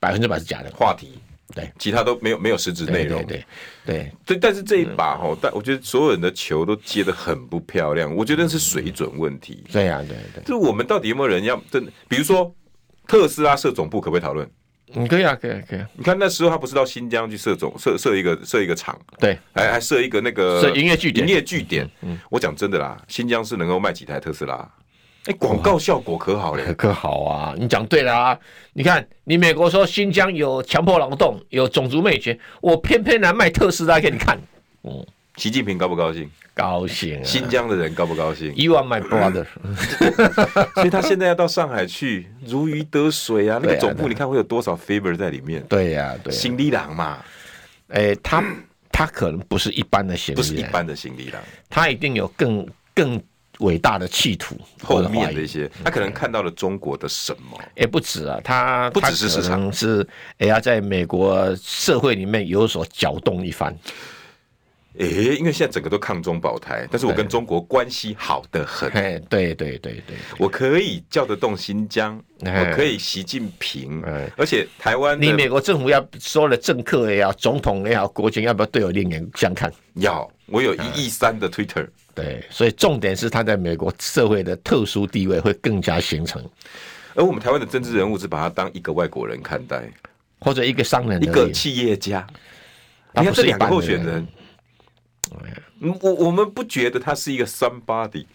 S2: 百分之百是假的。
S1: 话题，
S2: 对，
S1: 其他都没有没有实质内
S2: 对
S1: 容
S2: 对，对对，
S1: 对，但是这一把哈，但我觉得所有人的球都接的很不漂亮，我觉得是水准问题。
S2: 对呀、对对，
S1: 就是我们到底有没有人要真的？比如说特斯拉设总部可不可以讨论？
S2: 嗯，可以啊，可以、啊、可以、啊，
S1: 你看那时候他不是到新疆去设总设设一个设一个厂，
S2: 对，
S1: 还还设一个那个
S2: 设营业据点嗯
S1: 营业据点。我讲真的啦，新疆是能够卖几台特斯拉？哎，广告效果可好
S2: *laughs*
S1: 了。
S2: 可可好啊，你讲对了啊。你看，你美国说新疆有强迫劳动，有种族灭绝，我偏偏来卖特斯拉给你看，嗯，
S1: 习近平高不
S2: *laughs*
S1: 高兴？
S2: 高兴啊。
S1: 新疆的人高不高
S2: *laughs*
S1: 兴？
S2: You are my brother，
S1: 所以他现在要到上海去，如鱼得水啊！那
S2: *laughs* 对
S1: 个
S2: 啊
S1: 总
S2: 对
S1: 部
S2: 啊
S1: 你看会有多少 favor 在里面？
S2: 对啊呀、对呀、
S1: 行李郎嘛，
S2: 哎、他他可能不是一般的行
S1: 不是
S2: 李
S1: 一
S2: 人，
S1: 般的行李郎。
S2: 他一定有更更伟大的企图，
S1: 后
S2: 我怀
S1: 面
S2: 疑嗯
S1: 的一些，他可能看到了中国的什么？
S2: 也不止啊，他
S1: 不只是市场，
S2: 他可能是也要在美国社会里面有所搅动一番。
S1: 诶、因为现在整个都抗中保台，但是我跟中国关系好得很，
S2: 哎，对对对对，
S1: 我可以叫得动新疆，
S2: 哎
S1: 我可以习近平
S2: 哎，
S1: 而且台湾
S2: 你美
S1: 的
S2: 国政府要所有的政客也好，总统也好，国情要不要对我另眼相看？
S1: 要我有一亿三的 Twitter，
S2: 对，所以重点是他在美国社会的特殊地位会更加形成，
S1: 而我们台湾的政治人物只把他当一个外国人看待，
S2: 或者一个商人而
S1: 一
S2: 已
S1: 个企业家。
S2: 他
S1: 你看
S2: 啊不是
S1: 这
S2: 一
S1: 两个
S2: 般的
S1: 候选人，嗯我我们不觉得他是一个 somebody，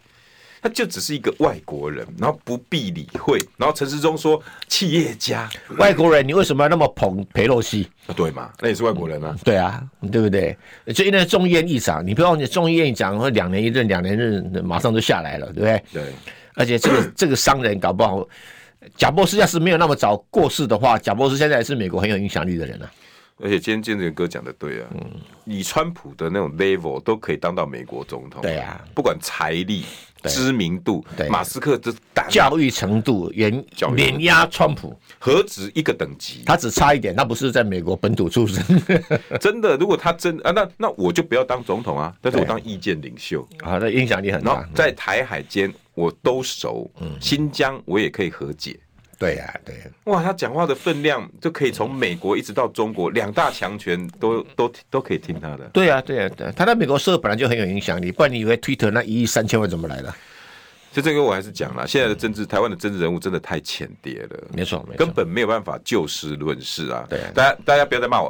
S1: 他就只是一个外国人，然后不必理会。然后陈世忠说企业家，
S2: 外国人，你为什么要那么捧佩洛西？
S1: 啊对嘛？那也是外国人啊。
S2: 对啊，对不对？就因为众议院议长，你不要忘记众议院议长，会两年一任，两年一任马上就下来了，对不对？
S1: 对，
S2: 而且这 *coughs* 个这个商人搞不好，贾博士要是没有那么早过世的话，贾博士现在也是美国很有影响力的人啊。
S1: 而且今天建仁哥讲的对啊，
S2: 嗯
S1: 以川普的那种 level 都可以当到美国总统。
S2: 对啊，
S1: 不管财力、知名度
S2: 对，
S1: 马斯克这大
S2: 教育程度远
S1: 教育
S2: 碾压川普，
S1: 何止一个等级？
S2: 他只差一点，他不是在美国本土出生 *laughs*
S1: 真的，如果他真啊，那那我就不要当总统啊，但是我当意见领袖。
S2: 啊，那影响力很
S1: 然后
S2: 大。
S1: 在台海间我都熟，
S2: 嗯
S1: 新疆我也可以和解。
S2: 对呀、啊，对啊、
S1: 哇，他讲话的分量就可以从美国一直到中国，两大强权都都都可以听他的。
S2: 对啊，对啊，对啊，他在美国社会本来就很有影响力，不然你以为 Twitter 那一亿三千万怎么来的？
S1: 所以这个我还是讲了，现在的政治，
S2: 嗯
S1: 台湾的政治人物真的太浅碟了。
S2: 没错，没错
S1: 根。本没有办法就事论事啊！
S2: 对啊
S1: 大家大家不要再骂我，